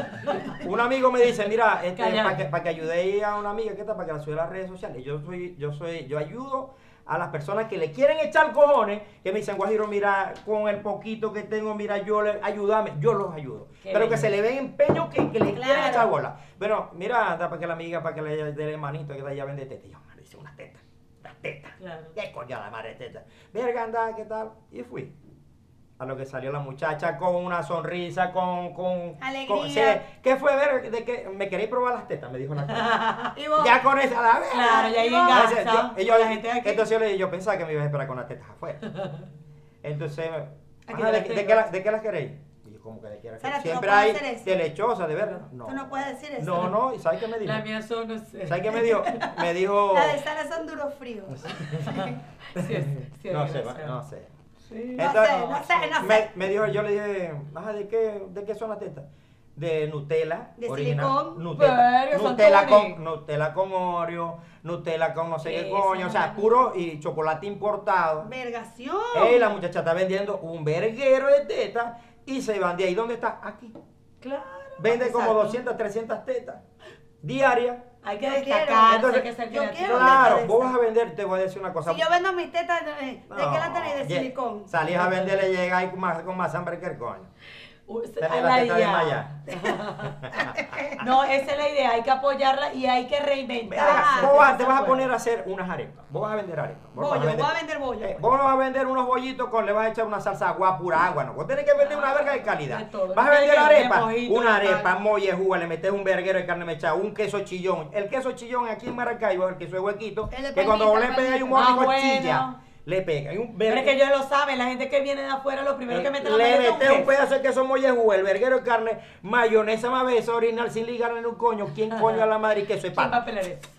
[SPEAKER 1] un amigo me dice, mira, este,
[SPEAKER 2] Callado.
[SPEAKER 1] para que, pa' que ayudéis a una amiga que está, para que la suba a las redes sociales. Yo soy, yo soy, yo ayudo a las personas que le quieren echar cojones, que me dicen, Guajiro, mira, con el poquito que tengo, mira, yo le, ayúdame, yo los ayudo.
[SPEAKER 2] Qué
[SPEAKER 1] Pero que
[SPEAKER 2] bello.
[SPEAKER 1] se le ve empeño que, que le quieren
[SPEAKER 3] Claro.
[SPEAKER 1] echar bola. Bueno, mira, anda para que la amiga, para que le dé el manito, que la llave de teta. Y yo, madre, hice una teta, una teta.
[SPEAKER 2] Claro.
[SPEAKER 1] ¿Qué coño la madre teta? Verga, anda, ¿qué tal? Y fui. A lo que salió la muchacha con una sonrisa, con. con con-
[SPEAKER 3] Alegría.
[SPEAKER 1] se- ¿Qué fue, verga? ¿De qué? ¿Me queréis probar las tetas? Me dijo la cara.
[SPEAKER 3] Y vos,
[SPEAKER 1] ya con esa la verga.
[SPEAKER 2] Claro, ya ahí
[SPEAKER 1] Entonces,
[SPEAKER 2] engancha.
[SPEAKER 1] yo- yo-
[SPEAKER 2] La gente aquí.
[SPEAKER 1] Entonces yo le dije, yo pensaba que me ibas a esperar con las tetas afuera. Entonces,
[SPEAKER 2] Aquí
[SPEAKER 1] ah,
[SPEAKER 2] te
[SPEAKER 1] ¿de,
[SPEAKER 2] las
[SPEAKER 1] de
[SPEAKER 2] tengo.
[SPEAKER 1] qué la- de qué las queréis? Y yo, como que de qué las
[SPEAKER 3] Sara,
[SPEAKER 1] queréis?
[SPEAKER 3] tú no
[SPEAKER 1] Siempre
[SPEAKER 3] puedes
[SPEAKER 1] hay
[SPEAKER 3] hacer eso.
[SPEAKER 1] de lechosa, de verga. No.
[SPEAKER 3] tú no puedes decir eso.
[SPEAKER 1] No, no, ¿y sabes qué me dijo?
[SPEAKER 2] Las mías son, no sé.
[SPEAKER 1] ¿Sabes qué me dijo? Me dijo.
[SPEAKER 3] La de Sara son duros fríos.
[SPEAKER 2] Sí, es- sí, es
[SPEAKER 1] no sé,
[SPEAKER 2] gracioso.
[SPEAKER 1] no sé.
[SPEAKER 2] Sí.
[SPEAKER 3] No
[SPEAKER 1] Entonces,
[SPEAKER 3] sé, no sé, no
[SPEAKER 1] me,
[SPEAKER 3] sé.
[SPEAKER 1] me dijo, yo le dije, "Ajá, ¿de qué, ¿de qué son las tetas? De Nutella.
[SPEAKER 3] De
[SPEAKER 1] original,
[SPEAKER 3] silicón.
[SPEAKER 1] Nutella,
[SPEAKER 2] Verga,
[SPEAKER 1] Nutella,
[SPEAKER 2] Santoni.
[SPEAKER 1] con, Nutella con Oreo, Nutella con no sé qué
[SPEAKER 2] Eso,
[SPEAKER 1] coño, o sea,
[SPEAKER 2] mano.
[SPEAKER 1] puro y chocolate importado.
[SPEAKER 3] Vergación.
[SPEAKER 1] Ey, la muchacha está vendiendo un verguero de tetas y se van de ahí. ¿Dónde está? Aquí.
[SPEAKER 2] Claro.
[SPEAKER 1] Vende como
[SPEAKER 2] Exacto.
[SPEAKER 1] 200, 300 tetas diarias.
[SPEAKER 2] Hay que
[SPEAKER 3] Yo quiero.
[SPEAKER 2] destacarse, hay que
[SPEAKER 1] Entonces,
[SPEAKER 2] ser
[SPEAKER 3] yo
[SPEAKER 2] creativo.
[SPEAKER 3] quiero.
[SPEAKER 1] Claro,
[SPEAKER 3] tetas
[SPEAKER 1] vos vas
[SPEAKER 3] esas?
[SPEAKER 1] a vender, te voy a decir una cosa.
[SPEAKER 3] Si yo vendo mis tetas, ¿de, eh, de qué la tenéis? De
[SPEAKER 1] ye-
[SPEAKER 3] silicón.
[SPEAKER 1] Salís a venderle, llega ahí con más, con más hambre que el coño.
[SPEAKER 2] Uh, se-
[SPEAKER 1] Tener
[SPEAKER 2] a
[SPEAKER 1] la teta
[SPEAKER 2] idea.
[SPEAKER 1] desmayada.
[SPEAKER 2] No, esa es la idea, hay que apoyarla y hay que
[SPEAKER 1] Verga,
[SPEAKER 2] reinventarse.
[SPEAKER 1] vos vas-
[SPEAKER 2] Eso
[SPEAKER 1] te
[SPEAKER 2] se
[SPEAKER 1] vas a
[SPEAKER 2] puede.
[SPEAKER 1] poner a hacer unas arepas. Vos vas a vender arepas. Vos vas
[SPEAKER 3] Bollo, voy a vender bollo. pues.
[SPEAKER 1] Eh, vos vas a vender unos bollitos con le vas a echar una salsa agua pura agua, no. Vos tenés que vender una verga de calidad.
[SPEAKER 2] Ah, De todo.
[SPEAKER 1] Vas a
[SPEAKER 2] Tenés
[SPEAKER 1] vender
[SPEAKER 2] que vender
[SPEAKER 1] arepa,
[SPEAKER 2] mojito,
[SPEAKER 1] una
[SPEAKER 2] de
[SPEAKER 1] arepa,
[SPEAKER 2] tal.
[SPEAKER 1] mollejúa, le metes un verguero de carne mechada, un queso chillón. El queso chillón aquí en Maracaibo, el queso de huequito,
[SPEAKER 3] El de
[SPEAKER 1] que cuando
[SPEAKER 3] palmita,
[SPEAKER 1] vos le pegas hay un
[SPEAKER 2] palmita.
[SPEAKER 1] mordisco
[SPEAKER 2] Ah, bueno.
[SPEAKER 1] chilla, le pega. Hay un
[SPEAKER 2] Pero
[SPEAKER 1] verga-
[SPEAKER 2] es que ellos lo saben, la gente que viene de afuera, lo primero que mete la
[SPEAKER 1] le
[SPEAKER 2] mano es
[SPEAKER 1] metes un
[SPEAKER 2] queso.
[SPEAKER 1] pedazo de queso mollejú, el verguero de carne, mayonesa mabeza, original sin ligarle en un coño. ¿Quién coño a la madre y queso de
[SPEAKER 2] ¿Quién va
[SPEAKER 1] pata?
[SPEAKER 2] a pelear eso?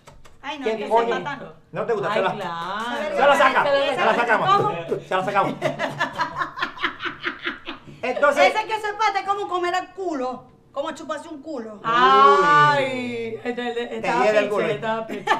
[SPEAKER 3] Ay, no,
[SPEAKER 1] ¿Quién
[SPEAKER 3] que soy
[SPEAKER 1] coño?
[SPEAKER 3] patano.
[SPEAKER 1] No te gusta,
[SPEAKER 2] Ay,
[SPEAKER 1] se la,
[SPEAKER 2] claro.
[SPEAKER 1] se la sacamos,
[SPEAKER 3] Esa-
[SPEAKER 1] se la sacamos,
[SPEAKER 3] ¿cómo?
[SPEAKER 1] se la sacamos. Entonces,
[SPEAKER 3] Ese queso de pata es como comer a culo. Como chuparse un culo.
[SPEAKER 1] Ah,
[SPEAKER 2] Ay, entonces, estaba
[SPEAKER 1] hiede el
[SPEAKER 2] pinche,
[SPEAKER 1] culo.
[SPEAKER 2] estaba pinche.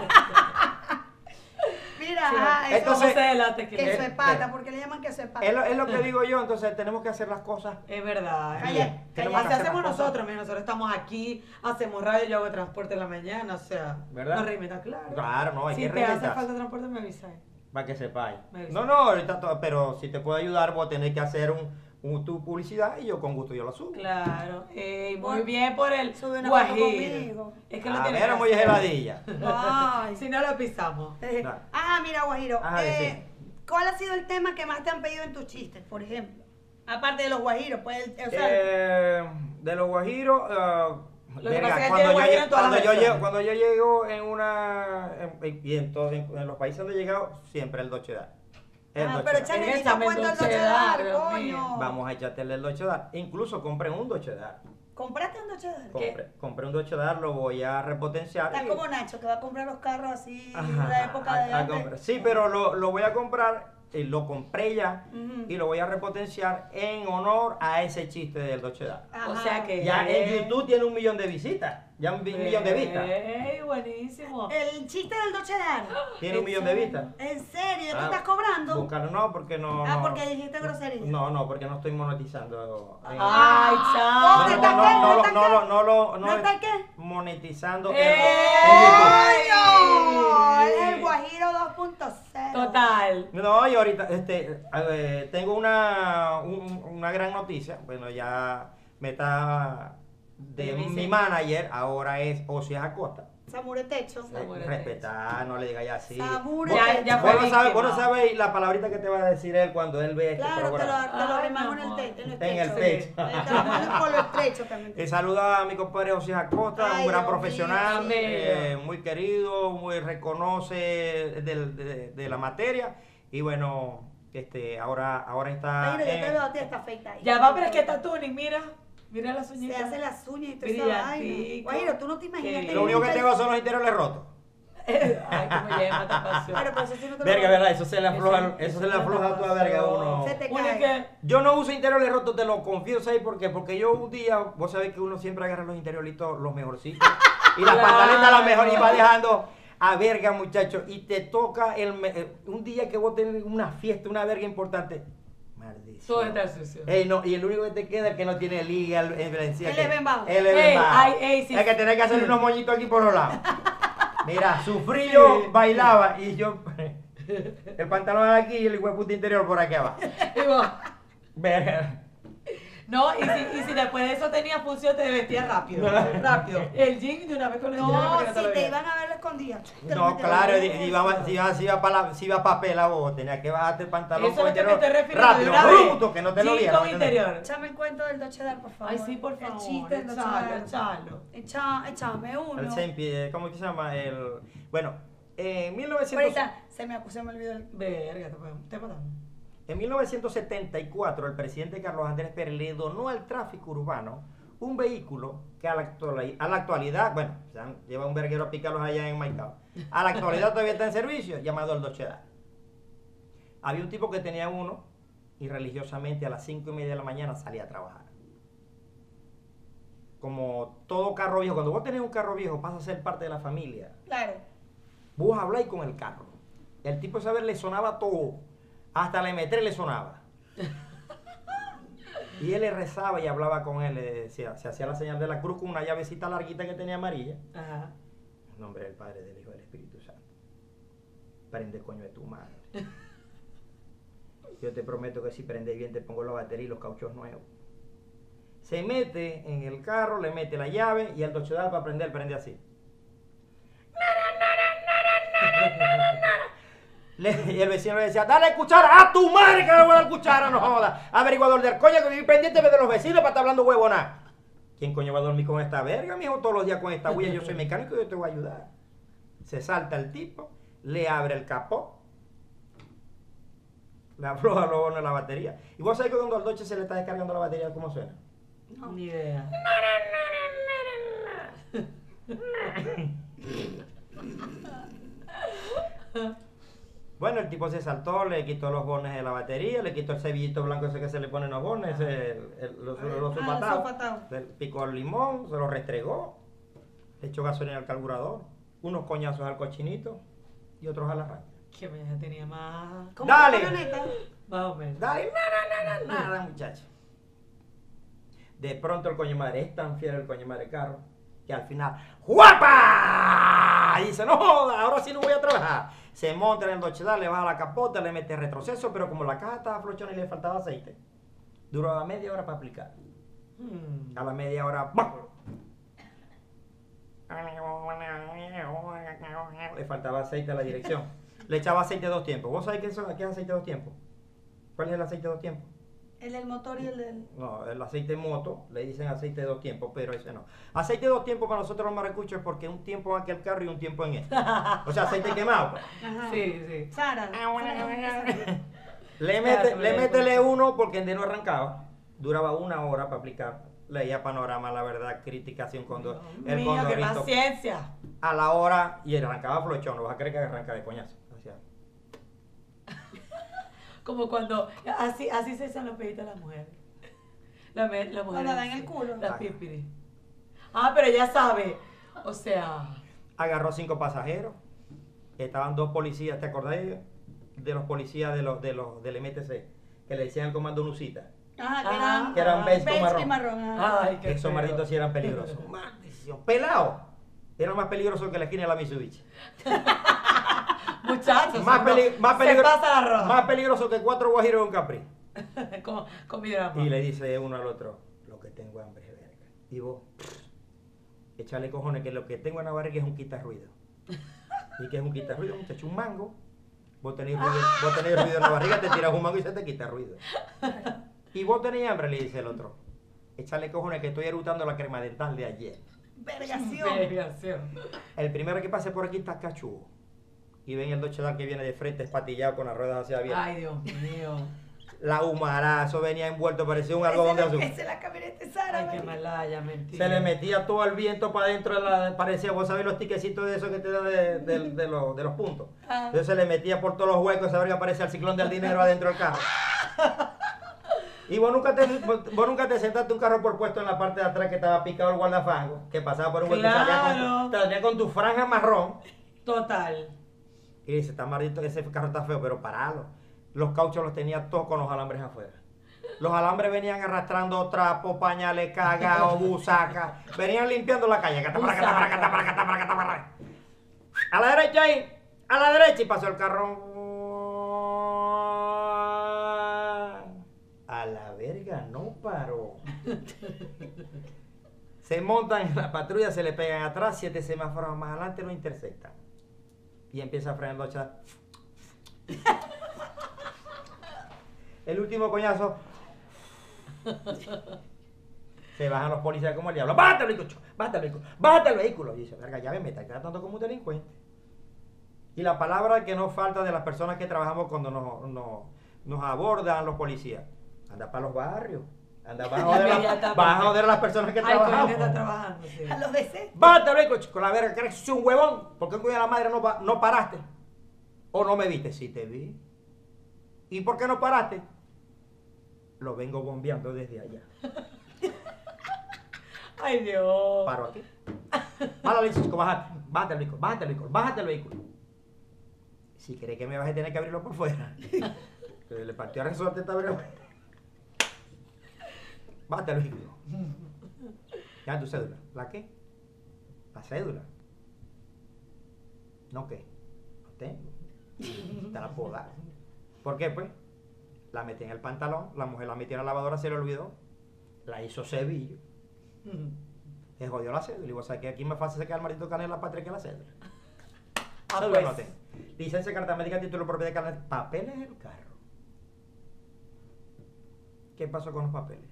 [SPEAKER 3] Mira, ajá, eso
[SPEAKER 1] Entonces-
[SPEAKER 2] Entonces, se delata que
[SPEAKER 3] queso de
[SPEAKER 1] eh,
[SPEAKER 3] pata,
[SPEAKER 1] eh.
[SPEAKER 3] ¿por qué le llaman queso de pata?
[SPEAKER 1] es lo, es lo que digo yo, entonces tenemos que hacer las cosas.
[SPEAKER 2] Es verdad.
[SPEAKER 3] Calla,
[SPEAKER 2] Bien.
[SPEAKER 1] calla.
[SPEAKER 2] Así hacemos
[SPEAKER 1] Las cosas.
[SPEAKER 2] nosotros, mira, nosotros estamos aquí, hacemos radio, yo hago transporte en la mañana, o sea,
[SPEAKER 1] ¿Verdad?
[SPEAKER 2] nos reinventamos, claro.
[SPEAKER 1] Claro, no, hay
[SPEAKER 2] si
[SPEAKER 1] que
[SPEAKER 2] te hace
[SPEAKER 1] reinventarse.
[SPEAKER 2] falta transporte, me avisas.
[SPEAKER 1] Para que sepáis.
[SPEAKER 2] Me avisa.
[SPEAKER 1] No, no, ahorita todo, pero si te puedo ayudar, vos tenés que hacer un, un- tu publicidad y yo con gusto yo la subo.
[SPEAKER 2] Claro. Ey, Eh, muy
[SPEAKER 3] Bueno,
[SPEAKER 2] bien por el
[SPEAKER 3] sube una foto
[SPEAKER 2] guajiro.
[SPEAKER 3] conmigo.
[SPEAKER 2] Es que lo
[SPEAKER 1] A
[SPEAKER 2] tiene
[SPEAKER 1] ver,
[SPEAKER 2] que
[SPEAKER 1] muy
[SPEAKER 2] hacer.
[SPEAKER 1] heladilla.
[SPEAKER 3] Ay.
[SPEAKER 2] Si no lo pisamos.
[SPEAKER 3] Eh,
[SPEAKER 1] No.
[SPEAKER 3] Ajá, mira, Guajiro.
[SPEAKER 1] Ajá,
[SPEAKER 3] eh, ¿Cuál ha sido el tema que más te han pedido en tus chistes, por ejemplo? Aparte de los guajiros, pues, el- o sea,
[SPEAKER 1] Eh, de los guajiros. ah,
[SPEAKER 2] Lo que
[SPEAKER 1] verga,
[SPEAKER 2] pasa es que
[SPEAKER 1] cuando,
[SPEAKER 2] tiene
[SPEAKER 1] yo,
[SPEAKER 2] guajiro
[SPEAKER 1] lle-
[SPEAKER 2] en todas
[SPEAKER 1] cuando
[SPEAKER 2] las
[SPEAKER 1] yo
[SPEAKER 2] versiones.
[SPEAKER 1] llego, cuando yo llego en una. en- y en, todos- en- en los países donde he llegado, siempre el dochedad. El
[SPEAKER 3] ah,
[SPEAKER 1] Dutch
[SPEAKER 3] pero
[SPEAKER 1] Edad.
[SPEAKER 3] échale
[SPEAKER 2] Ese
[SPEAKER 3] necesito cuento al
[SPEAKER 2] Mendoza
[SPEAKER 3] Dutch
[SPEAKER 2] Edad,
[SPEAKER 3] Edad,
[SPEAKER 2] Dios
[SPEAKER 3] coño.
[SPEAKER 2] mío.
[SPEAKER 1] Vamos a echarle el dochedad. Incluso compré un dochedad.
[SPEAKER 3] Compraste un Dutch Edad.
[SPEAKER 2] ¿Qué?
[SPEAKER 1] Compré, compré un dochedad, lo voy a repotenciar.
[SPEAKER 3] Estás
[SPEAKER 1] y-
[SPEAKER 3] como Nacho, que va a comprar los carros así
[SPEAKER 1] Ajá,
[SPEAKER 3] de la época
[SPEAKER 1] a-
[SPEAKER 3] de
[SPEAKER 1] a
[SPEAKER 3] antes.
[SPEAKER 1] comprar. Sí, pero lo, lo voy a comprar, eh, lo compré ya
[SPEAKER 3] Ujú.
[SPEAKER 1] y lo voy a repotenciar en honor a ese chiste del dochedad.
[SPEAKER 3] Ajá.
[SPEAKER 2] O sea
[SPEAKER 3] Eh.
[SPEAKER 2] que.
[SPEAKER 1] Ya en YouTube tiene un millón de visitas. Ya un, vi- un millón de vistas.
[SPEAKER 2] Ey, buenísimo.
[SPEAKER 3] El chiste del Dutch Edad.
[SPEAKER 1] Tiene un millón de vistas.
[SPEAKER 3] ¿En serio? ¿Tú
[SPEAKER 1] Ah,
[SPEAKER 3] estás cobrando?
[SPEAKER 1] Buscarlo no, porque no.
[SPEAKER 3] Ah,
[SPEAKER 1] no-
[SPEAKER 3] porque dijiste grosería. Ah,
[SPEAKER 1] No, no, porque no estoy monetizando. eh,
[SPEAKER 2] Ay,
[SPEAKER 1] no,
[SPEAKER 2] chao.
[SPEAKER 3] ¿dónde
[SPEAKER 1] no,
[SPEAKER 3] está
[SPEAKER 1] no,
[SPEAKER 3] qué?
[SPEAKER 1] no,
[SPEAKER 3] ¿No
[SPEAKER 1] lo-
[SPEAKER 3] está
[SPEAKER 1] no
[SPEAKER 3] qué?
[SPEAKER 1] lo- no lo-
[SPEAKER 3] ¿No está qué?
[SPEAKER 1] monetizando. en-
[SPEAKER 2] ¡Eh!
[SPEAKER 1] en YouTube.
[SPEAKER 3] ¡Coño! Es el Guajiro 2.0.
[SPEAKER 2] Total.
[SPEAKER 1] No, y ahorita este, a ver, tengo una, un- una gran noticia. Bueno, ya me está de
[SPEAKER 2] Me dice.
[SPEAKER 1] mi manager, ahora es Osias Acosta.
[SPEAKER 3] Samure Techo.
[SPEAKER 2] Sí.
[SPEAKER 1] este
[SPEAKER 2] Samure
[SPEAKER 1] Respetar, no le digas ya así.
[SPEAKER 3] Samure
[SPEAKER 1] Vos-
[SPEAKER 3] Ya- ya
[SPEAKER 1] vos,
[SPEAKER 2] fue
[SPEAKER 1] no sabes, vos no
[SPEAKER 2] víctima.
[SPEAKER 1] sabes la palabrita que te va a decir él cuando él ve este
[SPEAKER 3] Claro, te
[SPEAKER 1] programa.
[SPEAKER 3] lo, te lo
[SPEAKER 2] Ay,
[SPEAKER 3] arrimamos
[SPEAKER 2] mi
[SPEAKER 3] en el
[SPEAKER 2] amor.
[SPEAKER 3] techo. En el
[SPEAKER 1] En
[SPEAKER 3] techo.
[SPEAKER 1] el techo.
[SPEAKER 3] Eh, Te lo mando por lo estrecho también.
[SPEAKER 1] Eh, saluda a mi compadre José Acosta,
[SPEAKER 3] Ay,
[SPEAKER 1] un gran
[SPEAKER 3] Dios
[SPEAKER 1] profesional,
[SPEAKER 2] mío.
[SPEAKER 1] eh, muy querido, muy reconoce del- de, de la materia. Y bueno, este, ahora, ahora está.
[SPEAKER 3] Ay, no, yo te
[SPEAKER 1] en-
[SPEAKER 3] veo a ti, está afeita ahí.
[SPEAKER 2] Ya va, pero es que está tuning, mira. Mira las
[SPEAKER 3] Se
[SPEAKER 2] uñitas.
[SPEAKER 3] hace las uñas y toda esa vaina.
[SPEAKER 2] Brillantico.
[SPEAKER 3] Guajiro, tú no te imaginas
[SPEAKER 2] Qué
[SPEAKER 3] que
[SPEAKER 1] lo
[SPEAKER 2] bien.
[SPEAKER 1] único que tengo son los interiores rotos.
[SPEAKER 2] Ay, cómo lleva tan pasión.
[SPEAKER 3] Pero pues, por eso sí no te lo-
[SPEAKER 1] Verga, ¿verdad? Eso se le
[SPEAKER 2] Eso-
[SPEAKER 1] afloja, eso,
[SPEAKER 2] eso
[SPEAKER 1] se le
[SPEAKER 2] no te
[SPEAKER 1] afloja a toda
[SPEAKER 2] pasó.
[SPEAKER 1] verga a uno.
[SPEAKER 3] Se te
[SPEAKER 2] Uno
[SPEAKER 3] cae.
[SPEAKER 2] que-
[SPEAKER 1] Yo no uso interiores rotos, te lo confieso ahí, porque porque yo un día, vos sabés que uno siempre agarra los interioritos los mejorcitos y las
[SPEAKER 2] Claro.
[SPEAKER 1] pantaletas las mejor y va dejando a verga, muchacho, y te toca el me- eh, un día que vos tenés una fiesta, una verga importante.
[SPEAKER 2] Todo
[SPEAKER 1] Maldición.
[SPEAKER 2] está sucio.
[SPEAKER 1] Ey, no, y el único que te queda es el que no tiene liga, el el Valencia.
[SPEAKER 3] El
[SPEAKER 1] que-
[SPEAKER 3] Eben Bauer.
[SPEAKER 1] El Eben
[SPEAKER 2] Ey,
[SPEAKER 1] Bauer.
[SPEAKER 2] ay, ey, sí,
[SPEAKER 1] Es que
[SPEAKER 2] sí.
[SPEAKER 1] tenés que hacerle unos moñitos aquí por los lados. Mira, sufrí yo, bailaba y yo. El pantalón aquí y el hueputa interior por aquí abajo.
[SPEAKER 2] Y vos,
[SPEAKER 1] Verga.
[SPEAKER 2] no, y si, y si después de eso tenía función, te vestías rápido. rápido. El jean de una vez con el jean,
[SPEAKER 3] No,
[SPEAKER 2] porque
[SPEAKER 3] si
[SPEAKER 2] te lo
[SPEAKER 3] te
[SPEAKER 2] veías.
[SPEAKER 3] iban a ver la escondida. te lo
[SPEAKER 1] No,
[SPEAKER 3] metían
[SPEAKER 1] claro,
[SPEAKER 3] en
[SPEAKER 1] y-
[SPEAKER 3] el
[SPEAKER 1] y
[SPEAKER 3] bolso.
[SPEAKER 1] iba, si iba, si iba para si iba pa' pela vos, tenías que bajarte el pantalón
[SPEAKER 2] Eso
[SPEAKER 1] por
[SPEAKER 2] es lo que me
[SPEAKER 1] interior.
[SPEAKER 2] estoy refiriendo.
[SPEAKER 1] rápido,
[SPEAKER 2] de una vez.
[SPEAKER 1] bruto, que no te lo
[SPEAKER 2] Jean
[SPEAKER 1] vieran.
[SPEAKER 2] con
[SPEAKER 1] ¿me entendés?
[SPEAKER 2] interior.
[SPEAKER 3] Échame el cuento del Dolce Dar, por favor.
[SPEAKER 2] Ay, sí, por favor.
[SPEAKER 3] El chiste del Dolce
[SPEAKER 2] échalo,
[SPEAKER 3] Dar.
[SPEAKER 2] échalo.
[SPEAKER 3] Echa- Échame uno.
[SPEAKER 1] El Sempi, eh, ¿cómo que se llama? El, bueno, en 1900
[SPEAKER 3] Ahorita se me, se me olvidó el...
[SPEAKER 2] Verga, te podemos- te matamos.
[SPEAKER 1] En 1974, el presidente Carlos Andrés Pérez le donó al tráfico urbano un vehículo que a la, actuali- a la actualidad, bueno, se han- lleva un verguero a picarlos allá en Maicao, a la actualidad todavía está en servicio, llamado el Dochedad. Había un tipo que tenía uno y religiosamente a las 5 y media de la mañana salía a trabajar. Como todo carro viejo, cuando vos tenés un carro viejo, pasa a ser parte de la familia.
[SPEAKER 3] Claro.
[SPEAKER 1] Vos habláis con el carro. El tipo, saber, le sonaba todo. Hasta la M3 le sonaba. Y él le rezaba y hablaba con él. Le decía, se hacía la señal de la cruz con una llavecita larguita que tenía amarilla.
[SPEAKER 2] Ajá.
[SPEAKER 1] En nombre del Padre, del Hijo y del Espíritu Santo. Prende coño de tu madre. Yo te prometo que si prendes bien te pongo la batería y los cauchos nuevos. Se mete en el carro, le mete la llave y el dochedal para prender, prende así. Le- y el vecino le decía, dale cuchara a tu madre que no le voy a dar cuchara, no jodas. Averiguador del coño que viví pendiente de los vecinos para estar hablando huevona. ¿Quién coño va a dormir con esta verga, mijo? Todos los días con esta bulla, yo soy mecánico y yo te voy a ayudar. Se salta el tipo, le abre el capó, le afloja los bonos de la batería. Y vos sabés que cuando al doche se le está descargando la batería, ¿cómo suena?
[SPEAKER 3] No.
[SPEAKER 2] Ni idea.
[SPEAKER 1] Bueno, el tipo se saltó, le quitó los bones de la batería, le quitó el cebillito blanco ese que se le pone en los bones, ese, el, el- los, los,
[SPEAKER 3] Ah,
[SPEAKER 1] sulfatados.
[SPEAKER 3] sulfatados.
[SPEAKER 1] Le picó el limón, se lo restregó, le echó gasolina al carburador, unos coñazos al cochinito y otros a la raya.
[SPEAKER 2] Que me ya tenía más.
[SPEAKER 3] Como
[SPEAKER 1] Dale.
[SPEAKER 3] una camioneta.
[SPEAKER 2] Más o menos.
[SPEAKER 1] Dale, nada, nada, nada, muchacho. De pronto el coño madre es tan fiel el coño madre carro que al final, ¡guapa! Y Dice, no joda, ahora sí no voy a trabajar. Se monta en el dochedal, le baja la capota, le mete retroceso, pero como la caja estaba flochona y le faltaba aceite, duraba media hora para aplicar.
[SPEAKER 2] Hmm.
[SPEAKER 1] A la media hora, ¡pum! Le faltaba aceite a la dirección. Le echaba aceite dos tiempos. ¿Vos sabés qué es, eso- qué es aceite dos tiempos? ¿Cuál es el aceite dos tiempos?
[SPEAKER 3] El del motor y el del...
[SPEAKER 1] No, el aceite moto, le dicen aceite de dos tiempos, pero ese no. Aceite de dos tiempos para nosotros los maracuchos es porque un tiempo en aquel carro y un tiempo en este. O sea, aceite quemado. pues.
[SPEAKER 3] Ajá.
[SPEAKER 2] Sí, sí.
[SPEAKER 3] Sara.
[SPEAKER 1] Ah,
[SPEAKER 2] Ah,
[SPEAKER 1] Le, mete, le métele uno porque de no arrancaba. Duraba una hora para aplicar. Leía panorama, la verdad, criticación con dos. El
[SPEAKER 2] Mío, qué
[SPEAKER 1] condorito
[SPEAKER 2] paciencia.
[SPEAKER 1] a la hora y arrancaba flochón. No vas a creer que arranca de coñazo. Hacía-
[SPEAKER 2] Como cuando. Así, así se echan los peditos las mujeres. La, me- la mujer.
[SPEAKER 3] la dan en el culo.
[SPEAKER 2] Las pípiris. Ah, pero ya sabe. O sea.
[SPEAKER 1] agarró cinco pasajeros, estaban dos policías, ¿te acordás de, de los policías de los, de los del MTC? Que le decían al comando Lucita.
[SPEAKER 3] Ajá, que
[SPEAKER 2] Ajá.
[SPEAKER 3] eran...
[SPEAKER 1] Que eran beige con
[SPEAKER 3] beige y
[SPEAKER 1] marrón.
[SPEAKER 3] marrón. ajá.
[SPEAKER 2] Ay, qué
[SPEAKER 1] Esos
[SPEAKER 2] feo.
[SPEAKER 1] malditos sí eran peligrosos. Maldición. Pelado. Era más peligroso que la esquina de la Mitsubishi.
[SPEAKER 2] Muchachos,
[SPEAKER 1] Más,
[SPEAKER 2] no,
[SPEAKER 1] peli- más,
[SPEAKER 2] se
[SPEAKER 1] peligro-
[SPEAKER 2] pasa la roja.
[SPEAKER 1] más peligroso que cuatro guajiros en un capri.
[SPEAKER 2] con, con mi drama.
[SPEAKER 1] Y le dice uno al otro, lo que tengo hambre es verga. Y vos, échale cojones, que lo que tengo en la barriga es un quitarruido. ¿Y qué es un quitarruido, muchacho? Un mango. Vos tenés ruido, vos tenés ruido en la barriga, te tiras un mango y se te quita ruido. Y vos tenés hambre, le dice el otro. Échale cojones que estoy erutando la crema dental de ayer.
[SPEAKER 3] Vergación.
[SPEAKER 1] El primero que pase por aquí está cachudo. Y ven el Dochedan que viene de frente, espatillado con las ruedas hacia abiertas.
[SPEAKER 2] Ay, Dios mío.
[SPEAKER 1] La humara, eso venía envuelto, parecía un algodón de
[SPEAKER 3] Esa
[SPEAKER 1] azúcar.
[SPEAKER 3] es la camioneta de
[SPEAKER 2] Ay,
[SPEAKER 3] Sara.
[SPEAKER 2] qué
[SPEAKER 3] marico.
[SPEAKER 2] malaya, mentira.
[SPEAKER 1] Se le metía todo el viento para adentro, de la, parecía, vos sabés, los tiquecitos de esos que te dan de, de- de los, de los puntos.
[SPEAKER 3] Ah.
[SPEAKER 1] Entonces se le metía por todos los huecos, esa verga parecía el ciclón del dinero adentro del carro. Y vos nunca, te, vos, vos nunca te sentaste un carro por puesto en la parte de atrás que estaba picado el guardafango, que pasaba por un hueco y salía
[SPEAKER 2] Claro.
[SPEAKER 1] con, tu- salía con tu franja marrón.
[SPEAKER 2] Total.
[SPEAKER 1] Y dice, está maldito, ese carro está feo, pero paralo. Los cauchos los tenía todos con los alambres afuera. Los alambres venían arrastrando trapos, pañales, cagados, busaca. Venían limpiando la calle. Cata, para, cata, para, cata, para, cata, para, cata, para. A la derecha ahí. A la derecha. Y pasó el carro. A la verga, no paró. Se montan en la patrulla, se le pegan atrás, siete semáforos más adelante lo intersectan. Y empieza a frenar los chas. El último coñazo. Se bajan los policías como el diablo. ¡Bájate el vehículo! ¡Bájate el vehículo! ¡Bájate el vehículo! Y dice, verga, ya ven, me está tratando como un delincuente. Y la palabra que no falta de las personas que trabajamos cuando nos, nos, nos abordan los policías. Anda para los barrios. Anda, vas a joder, a la- vas a joder a las personas que
[SPEAKER 2] Ay, coño, que
[SPEAKER 1] trabajamos.
[SPEAKER 2] está trabajando, sí.
[SPEAKER 3] A los DC.
[SPEAKER 1] Bájate, rico, chico, la verga, que eres un huevón. ¿Por qué coño de la madre no, pa- no paraste? ¿O no me viste? Sí, te vi. ¿Y por qué no paraste? Lo vengo bombeando desde allá.
[SPEAKER 2] Ay, Dios.
[SPEAKER 1] Paro aquí. Bájale, chico, bájate. Bájate el vehículo, bájate el vehículo, bájate el vehículo. Si crees que me vas a tener que abrirlo por fuera. Que Le partió a resorte esta verga. Bájate el vehículo. Ya tu cédula. ¿La qué? La cédula. ¿No qué? No tengo. Te la puedo dar. ¿Por qué, pues? La metí en el pantalón, la mujer la metió en la lavadora, se le olvidó. La hizo cebillo.
[SPEAKER 2] Mm.
[SPEAKER 1] Se jodió la cédula. Y vos sabés que aquí es más fácil sacar el maldito canal de la patria que la cédula.
[SPEAKER 2] Ah,
[SPEAKER 1] Cédula
[SPEAKER 2] pues.
[SPEAKER 1] no tengo. Licencia, carta médica, título propio de canal. Papeles del carro. ¿Qué pasó con los papeles?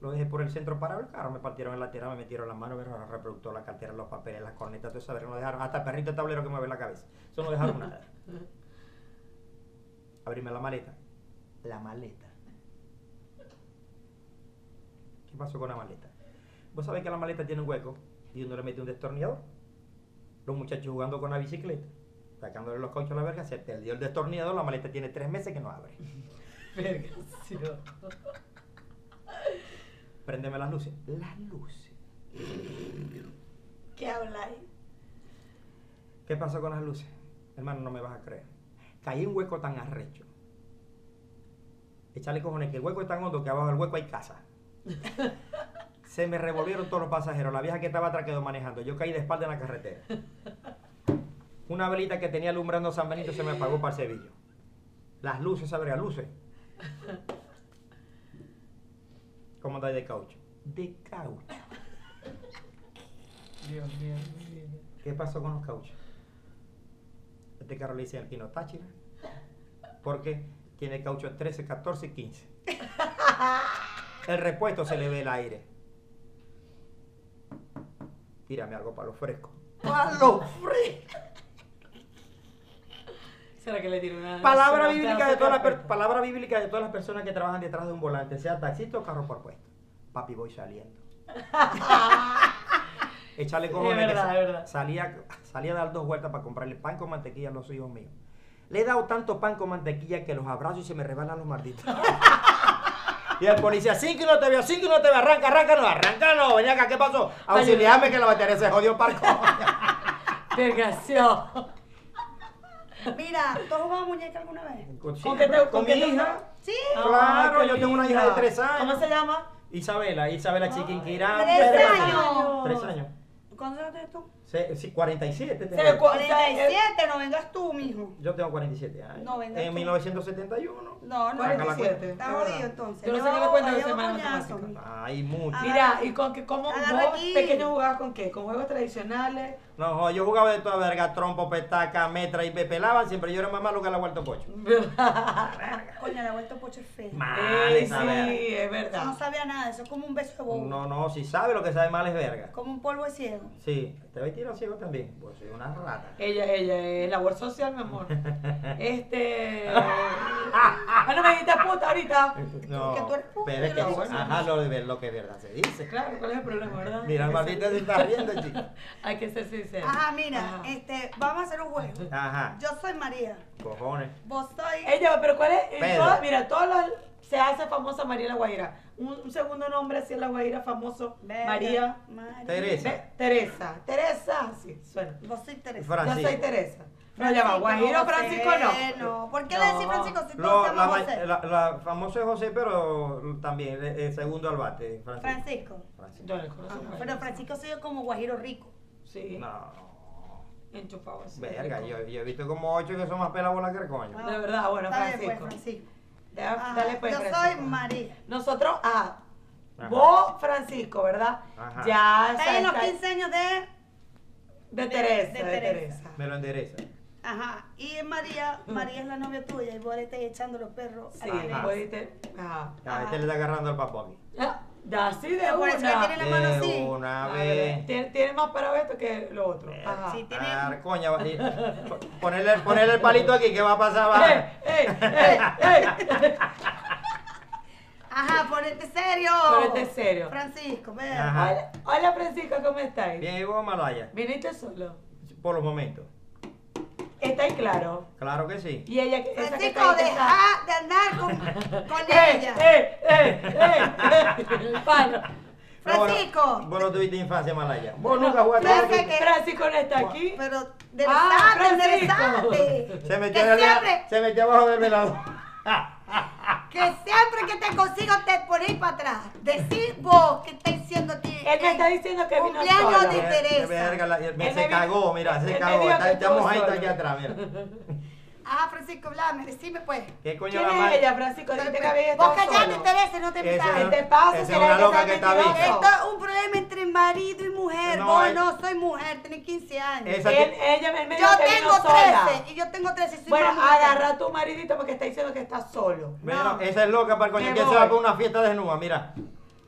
[SPEAKER 1] Lo dejé por el centro parado el carro, me partieron en la tierra, me metieron la mano, me reproductor, la cartera, los papeles, las cornetas, todo eso, a ver, no dejaron, hasta el perrito de tablero que mueve la cabeza. Eso no dejaron nada. Abrime la maleta. La maleta. ¿Qué pasó con la maleta? Vos sabés que la maleta tiene un hueco y uno le mete un destornillador. Los muchachos jugando con la bicicleta, sacándole los coches a la verga, se perdió el destornillador, la maleta tiene tres meses que no abre.
[SPEAKER 2] Vergación.
[SPEAKER 1] Préndeme las luces. Las luces.
[SPEAKER 3] ¿Qué habláis?
[SPEAKER 1] ¿Qué pasó con las luces? Hermano, no me vas a creer. Caí en un hueco tan arrecho. Echale cojones, que el hueco es tan hondo que abajo del hueco hay casa. Se me revolvieron todos los pasajeros. La vieja que estaba atrás quedó manejando. Yo caí de espalda en la carretera. Una velita que tenía alumbrando San Benito se me apagó para el Sevillo. Las luces, sabría luces. ¿Cómo andáis de caucho? De caucho.
[SPEAKER 2] Dios mío, mi vida.
[SPEAKER 1] ¿Qué pasó con los cauchos? Este carro le dice Alquino Táchira. Porque tiene caucho 13, 14 y 15. El repuesto se le ve el aire. Tírame algo para lo fresco. ¡Para lo fresco!
[SPEAKER 2] ¿Será que le tiró una.
[SPEAKER 1] Palabra
[SPEAKER 2] una
[SPEAKER 1] bíblica,
[SPEAKER 2] pedazo
[SPEAKER 1] de todas las per-
[SPEAKER 2] carpeta?
[SPEAKER 1] palabra bíblica de todas las personas que trabajan detrás de un volante, sea taxista o carro por puesto. Papi, voy saliendo. Échale cojones.
[SPEAKER 2] Es
[SPEAKER 1] que
[SPEAKER 2] verdad,
[SPEAKER 1] sa-
[SPEAKER 2] es verdad.
[SPEAKER 1] Salía, salía a dar dos vueltas para comprarle pan con mantequilla a los hijos míos. Le he dado tanto pan con mantequilla que los abrazo y se me rebalan los malditos. Y el policía, sí que no te veo, sí que no te veo, arranca, arranca, no, arranca, no, ven acá, ¿qué pasó? Auxiliame que la batería se jodió, parco.
[SPEAKER 2] Vergación.
[SPEAKER 3] Mira, ¿tú has jugado muñeca alguna vez?
[SPEAKER 2] ¿Con qué te-
[SPEAKER 1] con
[SPEAKER 2] con
[SPEAKER 1] mi
[SPEAKER 2] qué te-
[SPEAKER 1] hija.
[SPEAKER 3] Sí.
[SPEAKER 1] Claro,
[SPEAKER 2] Ay, qué
[SPEAKER 1] yo tengo una hija de
[SPEAKER 2] linda.
[SPEAKER 1] tres años.
[SPEAKER 2] ¿Cómo se llama?
[SPEAKER 1] Isabela, Isabela Chiquinquirá.
[SPEAKER 3] Tres
[SPEAKER 1] Pérez.
[SPEAKER 3] años.
[SPEAKER 1] Tres años.
[SPEAKER 3] ¿Cuántos años tienes tú?
[SPEAKER 1] Se- sí, 47 tengo.
[SPEAKER 2] Se le cua- O sea, eh,
[SPEAKER 3] 47, no vengas tú, mijo.
[SPEAKER 1] Yo tengo 47 años.
[SPEAKER 3] No, venga
[SPEAKER 1] en
[SPEAKER 3] tú.
[SPEAKER 1] 1971.
[SPEAKER 3] No, no.
[SPEAKER 1] Saca la cuenta.
[SPEAKER 2] 47.
[SPEAKER 3] Está
[SPEAKER 2] es verdad.
[SPEAKER 3] jodido entonces.
[SPEAKER 2] Yo no sé
[SPEAKER 3] Lleva
[SPEAKER 2] qué me cuentan de
[SPEAKER 3] lleva
[SPEAKER 2] semana
[SPEAKER 3] coñazo,
[SPEAKER 2] matemática.
[SPEAKER 3] mijo.
[SPEAKER 1] Ay, mucho.
[SPEAKER 3] Ah.
[SPEAKER 2] Mira, ¿y con qué, cómo
[SPEAKER 3] Agarra
[SPEAKER 2] vos
[SPEAKER 3] aquí.
[SPEAKER 2] pequeño jugabas con qué? ¿Con juegos tradicionales?
[SPEAKER 1] No, jo, yo jugaba de toda verga, trompo, petaca, metra y me pelaban siempre. Yo era más malo que la vuelta pocho.
[SPEAKER 3] Coño, la vuelta pocho es fea.
[SPEAKER 1] Mal
[SPEAKER 2] Ey,
[SPEAKER 1] esa verga.
[SPEAKER 2] sí, es
[SPEAKER 3] Eso no
[SPEAKER 2] verdad.
[SPEAKER 3] sabía nada, eso es como un beso de bobo.
[SPEAKER 1] No, no, si sabe lo que sabe mal es verga.
[SPEAKER 3] Como un polvo de ciego.
[SPEAKER 1] Sí, te voy a tirar ciego también. Pues soy una rata.
[SPEAKER 2] Ella, ella, es labor social, mi amor. Este. bueno, me dijiste puta ahorita.
[SPEAKER 1] No,
[SPEAKER 3] que tú eres puto
[SPEAKER 1] pero es
[SPEAKER 3] y
[SPEAKER 1] que,
[SPEAKER 3] lo haces.
[SPEAKER 1] ajá, lo, de- lo que es verdad se dice.
[SPEAKER 2] Claro, ¿cuál es el problema, verdad?
[SPEAKER 1] Mira, el
[SPEAKER 2] Hay que
[SPEAKER 1] maldito
[SPEAKER 2] ser-
[SPEAKER 1] se está riendo, chico.
[SPEAKER 2] Hay que ser sincero.
[SPEAKER 3] Ajá, mira,
[SPEAKER 2] Ajá.
[SPEAKER 3] este, vamos a hacer un juego.
[SPEAKER 1] Ajá,
[SPEAKER 3] Yo soy María.
[SPEAKER 1] cojones.
[SPEAKER 3] Vos soy.
[SPEAKER 2] Ella, Eh, pero ¿cuál es? En
[SPEAKER 1] Pedro.
[SPEAKER 2] todas- mira, todos los. Se hace famosa María La Guaira. Un, un segundo nombre así en La Guaira famoso.
[SPEAKER 3] Verga,
[SPEAKER 2] María.
[SPEAKER 3] María.
[SPEAKER 1] Teresa.
[SPEAKER 2] Ve- Teresa. Teresa, así suena.
[SPEAKER 3] Vos soy Teresa.
[SPEAKER 1] Fra-
[SPEAKER 2] Yo soy
[SPEAKER 1] Francisco.
[SPEAKER 2] Teresa. No, ya va, Guajiro Francisco
[SPEAKER 3] José,
[SPEAKER 2] no.
[SPEAKER 3] ¿Por qué le decís
[SPEAKER 2] No.
[SPEAKER 3] Francisco si
[SPEAKER 1] Lo-
[SPEAKER 3] todos se
[SPEAKER 1] la,
[SPEAKER 3] llaman
[SPEAKER 1] ma-
[SPEAKER 3] José?
[SPEAKER 1] la- la famosa es José, pero también el, segundo al bate, Francisco.
[SPEAKER 3] Francisco.
[SPEAKER 1] Francisco.
[SPEAKER 2] Yo le conozco.
[SPEAKER 3] Ajá,
[SPEAKER 2] Guajiro.
[SPEAKER 3] Ah, Pero Francisco soy yo como guajiro rico.
[SPEAKER 2] Sí.
[SPEAKER 1] No,
[SPEAKER 2] Enchufado así.
[SPEAKER 1] verga, yo, yo he visto como ocho que son más pelabolas que el
[SPEAKER 3] Ah.
[SPEAKER 1] coño.
[SPEAKER 2] De verdad, bueno,
[SPEAKER 3] Está bien,
[SPEAKER 2] Francisco.
[SPEAKER 3] pues, Francisco.
[SPEAKER 2] Da-
[SPEAKER 3] Ajá,
[SPEAKER 2] dale pues,
[SPEAKER 3] yo
[SPEAKER 2] Francisco.
[SPEAKER 3] soy María.
[SPEAKER 2] Nosotros, ah,
[SPEAKER 1] Ajá.
[SPEAKER 2] vos, Francisco, ¿verdad?
[SPEAKER 1] Ajá.
[SPEAKER 2] Ya
[SPEAKER 3] Está
[SPEAKER 2] sabes,
[SPEAKER 3] ahí en los
[SPEAKER 2] está-
[SPEAKER 3] 15 años de.
[SPEAKER 2] de
[SPEAKER 3] de-
[SPEAKER 2] Teresa, de,
[SPEAKER 3] de
[SPEAKER 2] Teresa.
[SPEAKER 3] Teresa.
[SPEAKER 1] Me lo endereza.
[SPEAKER 3] Ajá. Y es María, María es la novia tuya y vos le estás echando los perros.
[SPEAKER 2] Sí,
[SPEAKER 3] a la
[SPEAKER 1] Ajá.
[SPEAKER 2] vos diste- ajá.
[SPEAKER 1] Ah,
[SPEAKER 3] Ajá.
[SPEAKER 1] este le está agarrando el papo aquí.
[SPEAKER 2] Ah, Da así de
[SPEAKER 3] Pero por eso que
[SPEAKER 2] una.
[SPEAKER 3] tiene la mano así.
[SPEAKER 1] De una
[SPEAKER 2] Ah,
[SPEAKER 1] vez.
[SPEAKER 2] Tiene, tiene más para esto que lo otro. Ajá.
[SPEAKER 3] sí. tiene-
[SPEAKER 1] Ah, coño, y- ponerle, ponerle el palito aquí, ¿qué va a pasar?
[SPEAKER 3] Eh.
[SPEAKER 1] Va?
[SPEAKER 2] ¡Ey, ey, ey, ey!
[SPEAKER 3] Ajá, ponete serio.
[SPEAKER 2] Ponete este serio.
[SPEAKER 3] Francisco, ve.
[SPEAKER 1] Ajá.
[SPEAKER 2] Hola, hola, Francisco, ¿cómo estáis?
[SPEAKER 1] Bien, y vos, Malaya,
[SPEAKER 2] ¿Viniste solo?
[SPEAKER 1] por los momentos.
[SPEAKER 2] ¿Estáis claro?
[SPEAKER 1] Claro que sí.
[SPEAKER 2] Y ella que esa que está
[SPEAKER 3] Francisco,
[SPEAKER 2] ahí, que está-
[SPEAKER 3] deja de andar con, con ella.
[SPEAKER 2] ¡Eh, eh, eh, eh! El palo.
[SPEAKER 1] No, vos no-
[SPEAKER 3] Francisco.
[SPEAKER 1] Vos no tuviste infancia, Malaya. Vos nunca jugaste
[SPEAKER 3] Franca,
[SPEAKER 1] básquet.
[SPEAKER 3] ¿qué?
[SPEAKER 2] Francisco no está aquí.
[SPEAKER 3] Pero
[SPEAKER 2] Ah,
[SPEAKER 3] enderezate,
[SPEAKER 2] Francisco.
[SPEAKER 3] enderezate.
[SPEAKER 1] Se metió, en
[SPEAKER 3] que
[SPEAKER 1] el,
[SPEAKER 3] siempre,
[SPEAKER 1] se metió abajo del velador.
[SPEAKER 3] que siempre que te consigo te ponéis para atrás. Decís vos que está diciendo a ti.
[SPEAKER 2] Él me está diciendo que vino
[SPEAKER 3] Cumpleaños
[SPEAKER 2] solo.
[SPEAKER 3] de
[SPEAKER 1] Qué-
[SPEAKER 3] Teresa.
[SPEAKER 1] qué verga, la- me-
[SPEAKER 2] Él me
[SPEAKER 1] se
[SPEAKER 2] dijo-
[SPEAKER 1] cagó, mira,
[SPEAKER 2] él
[SPEAKER 1] se
[SPEAKER 2] me
[SPEAKER 1] cagó.
[SPEAKER 2] dijo
[SPEAKER 1] Está,
[SPEAKER 2] que
[SPEAKER 1] está
[SPEAKER 2] estuvo
[SPEAKER 1] mojadito
[SPEAKER 2] solo.
[SPEAKER 1] aquí atrás, mira.
[SPEAKER 3] Ah, Francisco, blame, decime pues.
[SPEAKER 1] ¿Qué coño
[SPEAKER 2] ¿Quién
[SPEAKER 1] la
[SPEAKER 2] es
[SPEAKER 1] madre?
[SPEAKER 2] ella, Francisco? Dijiste que había
[SPEAKER 3] Vos
[SPEAKER 2] estado
[SPEAKER 3] callate,
[SPEAKER 2] solo.
[SPEAKER 3] Teresa, no te
[SPEAKER 1] Ese
[SPEAKER 3] metas.
[SPEAKER 1] es-
[SPEAKER 2] ¿Qué te pasa?
[SPEAKER 1] esa es
[SPEAKER 2] ¿Será
[SPEAKER 1] una
[SPEAKER 2] que
[SPEAKER 1] loca
[SPEAKER 2] sabe
[SPEAKER 1] que está
[SPEAKER 2] mentiroso?
[SPEAKER 1] vista.
[SPEAKER 3] Esto es un problema entre marido y mujer.
[SPEAKER 1] No, eh.
[SPEAKER 3] vos
[SPEAKER 1] hay-
[SPEAKER 3] no soy mujer, tenés 15 años.
[SPEAKER 1] Esa
[SPEAKER 2] Él,
[SPEAKER 1] tiene-
[SPEAKER 2] ella me, me
[SPEAKER 3] Yo
[SPEAKER 2] dijo que vino
[SPEAKER 3] tengo
[SPEAKER 2] sola.
[SPEAKER 3] 13 y yo tengo 13 y soy
[SPEAKER 2] Bueno,
[SPEAKER 3] una mujer.
[SPEAKER 2] agarra a tu maridito porque está diciendo que está solo.
[SPEAKER 1] Bueno,
[SPEAKER 3] no.
[SPEAKER 1] esa es loca para el coño.
[SPEAKER 2] Me
[SPEAKER 1] ¿Quién se
[SPEAKER 2] voy.
[SPEAKER 1] va para una fiesta desnuda? Mira.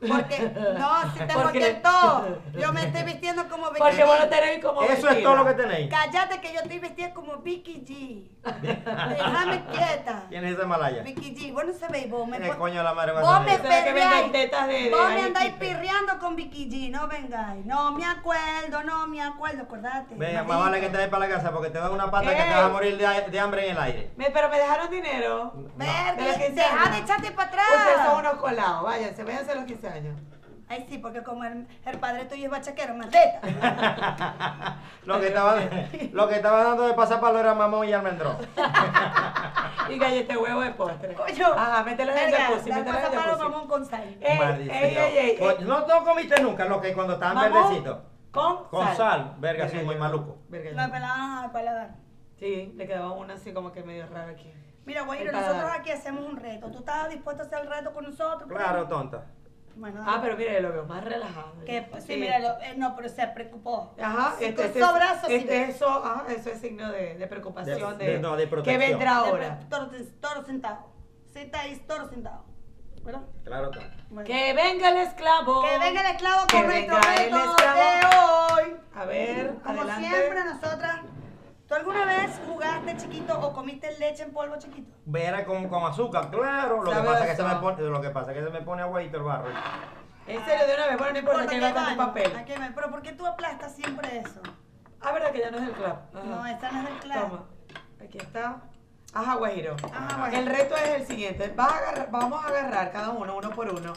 [SPEAKER 3] Porque, no, si te
[SPEAKER 2] Porque-
[SPEAKER 3] contestó, yo me estoy vistiendo como Vicky
[SPEAKER 2] Porque
[SPEAKER 3] G.
[SPEAKER 2] vos no tenés como
[SPEAKER 1] Eso es
[SPEAKER 2] vestida.
[SPEAKER 1] todo lo que tenéis.
[SPEAKER 3] Cállate que yo estoy vestida como Vicky G. Déjame quieta.
[SPEAKER 1] ¿Quién es esa Malaya?
[SPEAKER 3] Vicky G, vos no sabéis, vos me...
[SPEAKER 1] ¿Qué coño la madre va a
[SPEAKER 3] Vos
[SPEAKER 1] saber?
[SPEAKER 3] me
[SPEAKER 2] Esa es la que vende
[SPEAKER 3] perreáis.
[SPEAKER 2] tetas de- de
[SPEAKER 3] Vos me
[SPEAKER 2] Alice
[SPEAKER 3] andáis
[SPEAKER 2] Cooper.
[SPEAKER 3] pirreando con Vicky G, no vengáis. No me acuerdo, no me acuerdo, acordate.
[SPEAKER 1] Venga, más
[SPEAKER 3] marido.
[SPEAKER 1] vale que te des para la casa porque te dan una pata que
[SPEAKER 2] Ey.
[SPEAKER 1] te vas a morir de, de hambre en el aire.
[SPEAKER 2] Me- pero me dejaron dinero.
[SPEAKER 3] Verga,
[SPEAKER 2] De los 15
[SPEAKER 3] deja
[SPEAKER 2] años.
[SPEAKER 3] de echarte para
[SPEAKER 2] Ustedes son
[SPEAKER 3] atrás.
[SPEAKER 2] unos colados. Váyanse, váyanse a los 15 años.
[SPEAKER 3] Ay, sí, porque como el, el padre tuyo es bachaquero, maldita.
[SPEAKER 1] Lo que estaba, lo que estaba dando de pasapalo era mamón y almendrón.
[SPEAKER 2] Y gallete huevo de postre.
[SPEAKER 3] Coño.
[SPEAKER 2] Ajá, mételo en el
[SPEAKER 3] Verga,
[SPEAKER 2] jacuzzi,
[SPEAKER 3] dar
[SPEAKER 2] mételo en el
[SPEAKER 3] pasapalo
[SPEAKER 2] jacuzzi.
[SPEAKER 3] mamón con sal.
[SPEAKER 2] Ey,
[SPEAKER 1] Maldición.
[SPEAKER 2] ey, ey, ey,
[SPEAKER 1] Coño,
[SPEAKER 2] ey.
[SPEAKER 1] No, no comiste nunca lo que cuando estaban
[SPEAKER 2] Mamón
[SPEAKER 1] verdecitos.
[SPEAKER 2] Con,
[SPEAKER 1] Con sal. Verga, sí,
[SPEAKER 2] yo-
[SPEAKER 1] muy maluco.
[SPEAKER 2] Verga, yo-
[SPEAKER 3] Me pelaban al paladar.
[SPEAKER 2] Sí, le quedaba una así como que medio rara aquí.
[SPEAKER 3] Mira, Guairo,
[SPEAKER 2] El paladar.
[SPEAKER 3] nosotros aquí hacemos un reto. ¿Tú estás dispuesto a hacer el reto con nosotros?
[SPEAKER 1] Claro, tonta.
[SPEAKER 3] Bueno,
[SPEAKER 2] Ah, pero mira, yo lo veo más relajado.
[SPEAKER 3] que,
[SPEAKER 2] Yo-
[SPEAKER 3] sí, mira, lo- eh, no, pero se preocupó.
[SPEAKER 2] Ajá,
[SPEAKER 3] Sí,
[SPEAKER 2] este,
[SPEAKER 3] con
[SPEAKER 2] este-
[SPEAKER 3] sobrazos sí.
[SPEAKER 2] este- eso, ajá, eso es signo de, de preocupación, de,
[SPEAKER 1] De- de- no, de
[SPEAKER 2] ¿Qué
[SPEAKER 1] protección.
[SPEAKER 2] vendrá
[SPEAKER 3] De-
[SPEAKER 2] ahora?
[SPEAKER 3] Toro, toro sentado. Zeta es toro sentado. ¿Verdad?
[SPEAKER 1] Claro, tonta.
[SPEAKER 3] Bueno.
[SPEAKER 2] Que venga el esclavo.
[SPEAKER 3] Que venga el esclavo
[SPEAKER 2] Que
[SPEAKER 3] con nuestro
[SPEAKER 2] venga el
[SPEAKER 3] reto
[SPEAKER 2] esclavo.
[SPEAKER 3] de hoy.
[SPEAKER 2] A ver,
[SPEAKER 3] Como
[SPEAKER 2] adelante.
[SPEAKER 3] siempre, nosotras. ¿Tú alguna vez jugaste chiquito o comiste leche en polvo chiquito?
[SPEAKER 1] Vera con, con azúcar, claro. Lo que,
[SPEAKER 2] Sabe
[SPEAKER 1] pasa es que se
[SPEAKER 2] eso.
[SPEAKER 1] me pone, lo que pasa es que se me pone aguadito el barro.
[SPEAKER 2] En serio, de una vez, bueno, no importa, que
[SPEAKER 3] aquí
[SPEAKER 2] va
[SPEAKER 3] hay
[SPEAKER 2] con el
[SPEAKER 3] baño,
[SPEAKER 2] papel.
[SPEAKER 3] aquí hay baño. Pero ¿por qué tú aplastas siempre eso?
[SPEAKER 2] Ah, verdad que ya no es el clap. Ajá.
[SPEAKER 3] No, esa no es el clavo.
[SPEAKER 2] Toma, aquí está. Ajá, Guajiro.
[SPEAKER 3] Ajá, Guajiro.
[SPEAKER 2] El reto es el siguiente. Vas a agarrar- vamos a agarrar cada uno, uno por uno,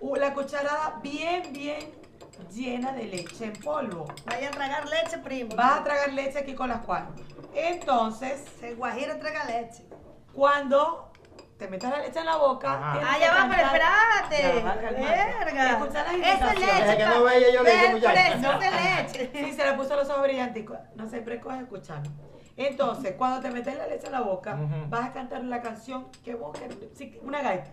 [SPEAKER 2] u- la cucharada bien, bien llena de leche en polvo.
[SPEAKER 3] Vaya a tragar leche, primo.
[SPEAKER 2] Vas a tragar leche aquí con las cuatro. Entonces,
[SPEAKER 3] El guajiro traga leche.
[SPEAKER 2] cuando te metas la leche en la boca.
[SPEAKER 1] Ajá.
[SPEAKER 2] tienes
[SPEAKER 3] Ah,
[SPEAKER 2] que
[SPEAKER 3] ya va, pero
[SPEAKER 2] cantar.
[SPEAKER 3] espérate.
[SPEAKER 2] Ya va, calmate. Escucha
[SPEAKER 3] Verga.
[SPEAKER 2] las
[SPEAKER 3] Eso es
[SPEAKER 2] indicaciones.
[SPEAKER 3] leche.
[SPEAKER 1] Desde que
[SPEAKER 3] pa-
[SPEAKER 1] no veía yo leche,
[SPEAKER 3] Ver,
[SPEAKER 1] muchacha.
[SPEAKER 3] por Eso es leche.
[SPEAKER 2] Sí, se le puso los ojos brillanticos. No se precoge escuchando. Entonces, cuando te metes la leche en la boca,
[SPEAKER 1] Ujú.
[SPEAKER 2] vas a cantar la canción que vos quer- sí, una gaita.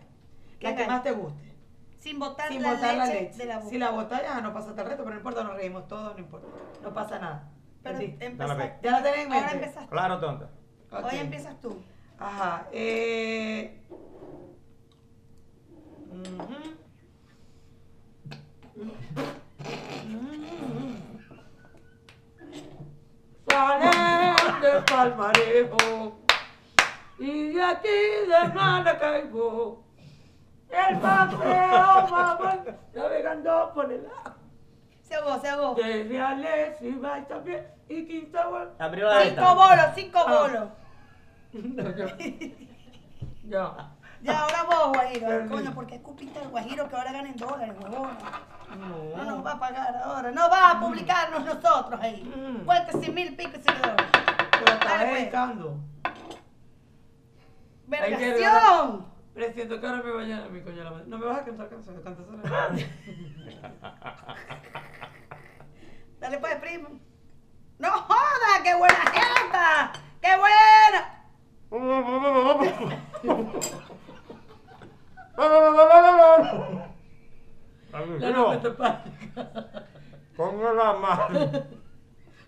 [SPEAKER 3] ¿Qué
[SPEAKER 2] La que
[SPEAKER 3] gaita?
[SPEAKER 2] más te guste.
[SPEAKER 3] Sin botar,
[SPEAKER 2] sin
[SPEAKER 3] la,
[SPEAKER 2] botar
[SPEAKER 3] leche
[SPEAKER 2] la leche.
[SPEAKER 3] de la boca.
[SPEAKER 2] Si la botas ya no pasa el reto, pero no importa, nos reímos todos, no importa. No pasa nada.
[SPEAKER 3] Pero
[SPEAKER 2] ¿Entendiste?
[SPEAKER 1] Dale,
[SPEAKER 3] empezaste.
[SPEAKER 1] ve.
[SPEAKER 2] ya la tenés en mente.
[SPEAKER 3] Ahora empezaste.
[SPEAKER 1] Claro, tonta.
[SPEAKER 2] Ok.
[SPEAKER 3] Hoy empiezas tú.
[SPEAKER 2] Ajá. Eh... ujú. Salen de Palmarejo y de aquí de Maracaibo. El paseo vamos navegando por el lago.
[SPEAKER 3] Se ahogó, se ahogó.
[SPEAKER 2] De Reales y Bay también y Quintabal.
[SPEAKER 1] Abrió la
[SPEAKER 3] Cinco
[SPEAKER 1] letra.
[SPEAKER 3] bolos, cinco
[SPEAKER 2] Ah.
[SPEAKER 3] bolos.
[SPEAKER 2] Ya.
[SPEAKER 3] Ya, ahora vos, Guajiro. Ay,
[SPEAKER 2] Perdí.
[SPEAKER 3] Coño, ¿por qué escupiste al Guajiro que ahora ganen dólares, huevón? No nos
[SPEAKER 2] No.
[SPEAKER 3] va a pagar ahora. No va a publicarnos nosotros ahí.
[SPEAKER 2] Mm.
[SPEAKER 3] Cuenta cien mil pico y seguidores.
[SPEAKER 2] Pero estaba
[SPEAKER 3] Dale, pues.
[SPEAKER 2] dedicando. Hay que
[SPEAKER 3] ¡Vergación!
[SPEAKER 2] Pero siento que ahora me vaya a mi coño la madre. No me vas a cantar canciones, cantas sola.
[SPEAKER 3] Dale pues, primo. ¡No joda! ¡Qué buena jeta! ¡Qué buena!
[SPEAKER 2] La no te pánica.
[SPEAKER 1] Pongo la mano.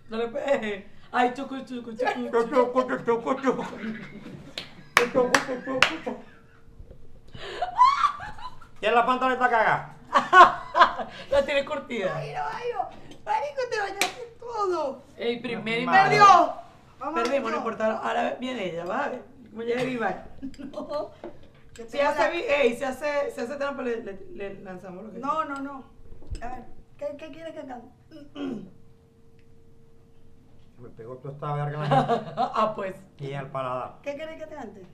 [SPEAKER 2] No le pegues. pues. Ay, chucu, chucu, chucu.
[SPEAKER 1] Yo
[SPEAKER 2] chucu.
[SPEAKER 1] choco, yo choco, yo choco. Yo choco, yo choco, yo choco. ¿Quién la pantaleta caga?
[SPEAKER 2] La tiene curtida.
[SPEAKER 3] ¡Guajiro, Guajiro! ¡Marico, te bañaste todo!
[SPEAKER 2] El primer y
[SPEAKER 1] Madre.
[SPEAKER 2] Ah. perdió.
[SPEAKER 3] ¡Perdió! Vamos,
[SPEAKER 2] Perdimos, no
[SPEAKER 3] perdió.
[SPEAKER 2] importa. Ahora viene ella, va a ver. Como llega viva.
[SPEAKER 3] No. Yo
[SPEAKER 2] Si
[SPEAKER 3] tengo la-
[SPEAKER 2] hace, vi- ey, si hace, si hace trampa, le, le- le lanzamos lo que
[SPEAKER 3] No, no, no. A ver, ¿qué, qué quieres que cante?
[SPEAKER 2] Mm,
[SPEAKER 1] Me pegó toda esta verga en la cara
[SPEAKER 2] ah, pues.
[SPEAKER 1] y al paladar.
[SPEAKER 3] ¿Qué quieres que te cante?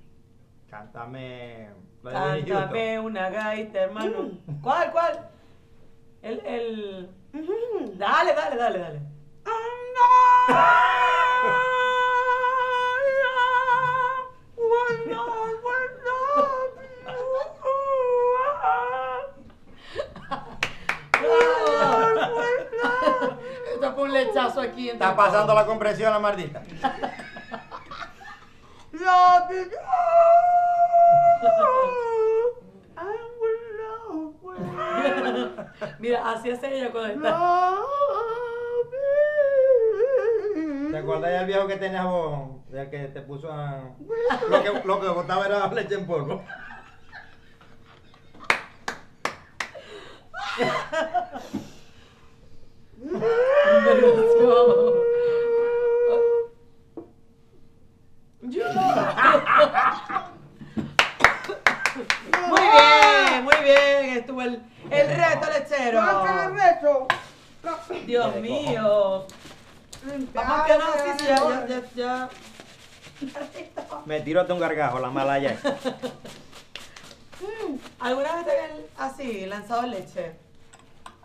[SPEAKER 1] Cántame. la de Whitney
[SPEAKER 2] Cántame una gaita, hermano.
[SPEAKER 3] Mm.
[SPEAKER 2] ¿Cuál, cuál? El, el.
[SPEAKER 3] Ujú.
[SPEAKER 2] Dale, dale, dale, dale. Esto fue un lechazo aquí. en
[SPEAKER 1] Está
[SPEAKER 2] el-
[SPEAKER 1] pasando la compresión la maldita.
[SPEAKER 3] La vida.
[SPEAKER 2] Mira, así hace ella cuando está.
[SPEAKER 1] ¿Te acuerdas del viejo que tenías vos? Del que te puso a. Lo que, lo que botaba era leche en polvo.
[SPEAKER 2] Muy bien, muy bien. Estuvo el, el reto lechero.
[SPEAKER 3] beso!
[SPEAKER 2] Dios mío. Vamos que no, sí, sí, ya, ya, ya, ya.
[SPEAKER 1] Me tiro hasta un gargajo, la mala ya.
[SPEAKER 2] Mm. ¿Alguna vez te habían así lanzado leche?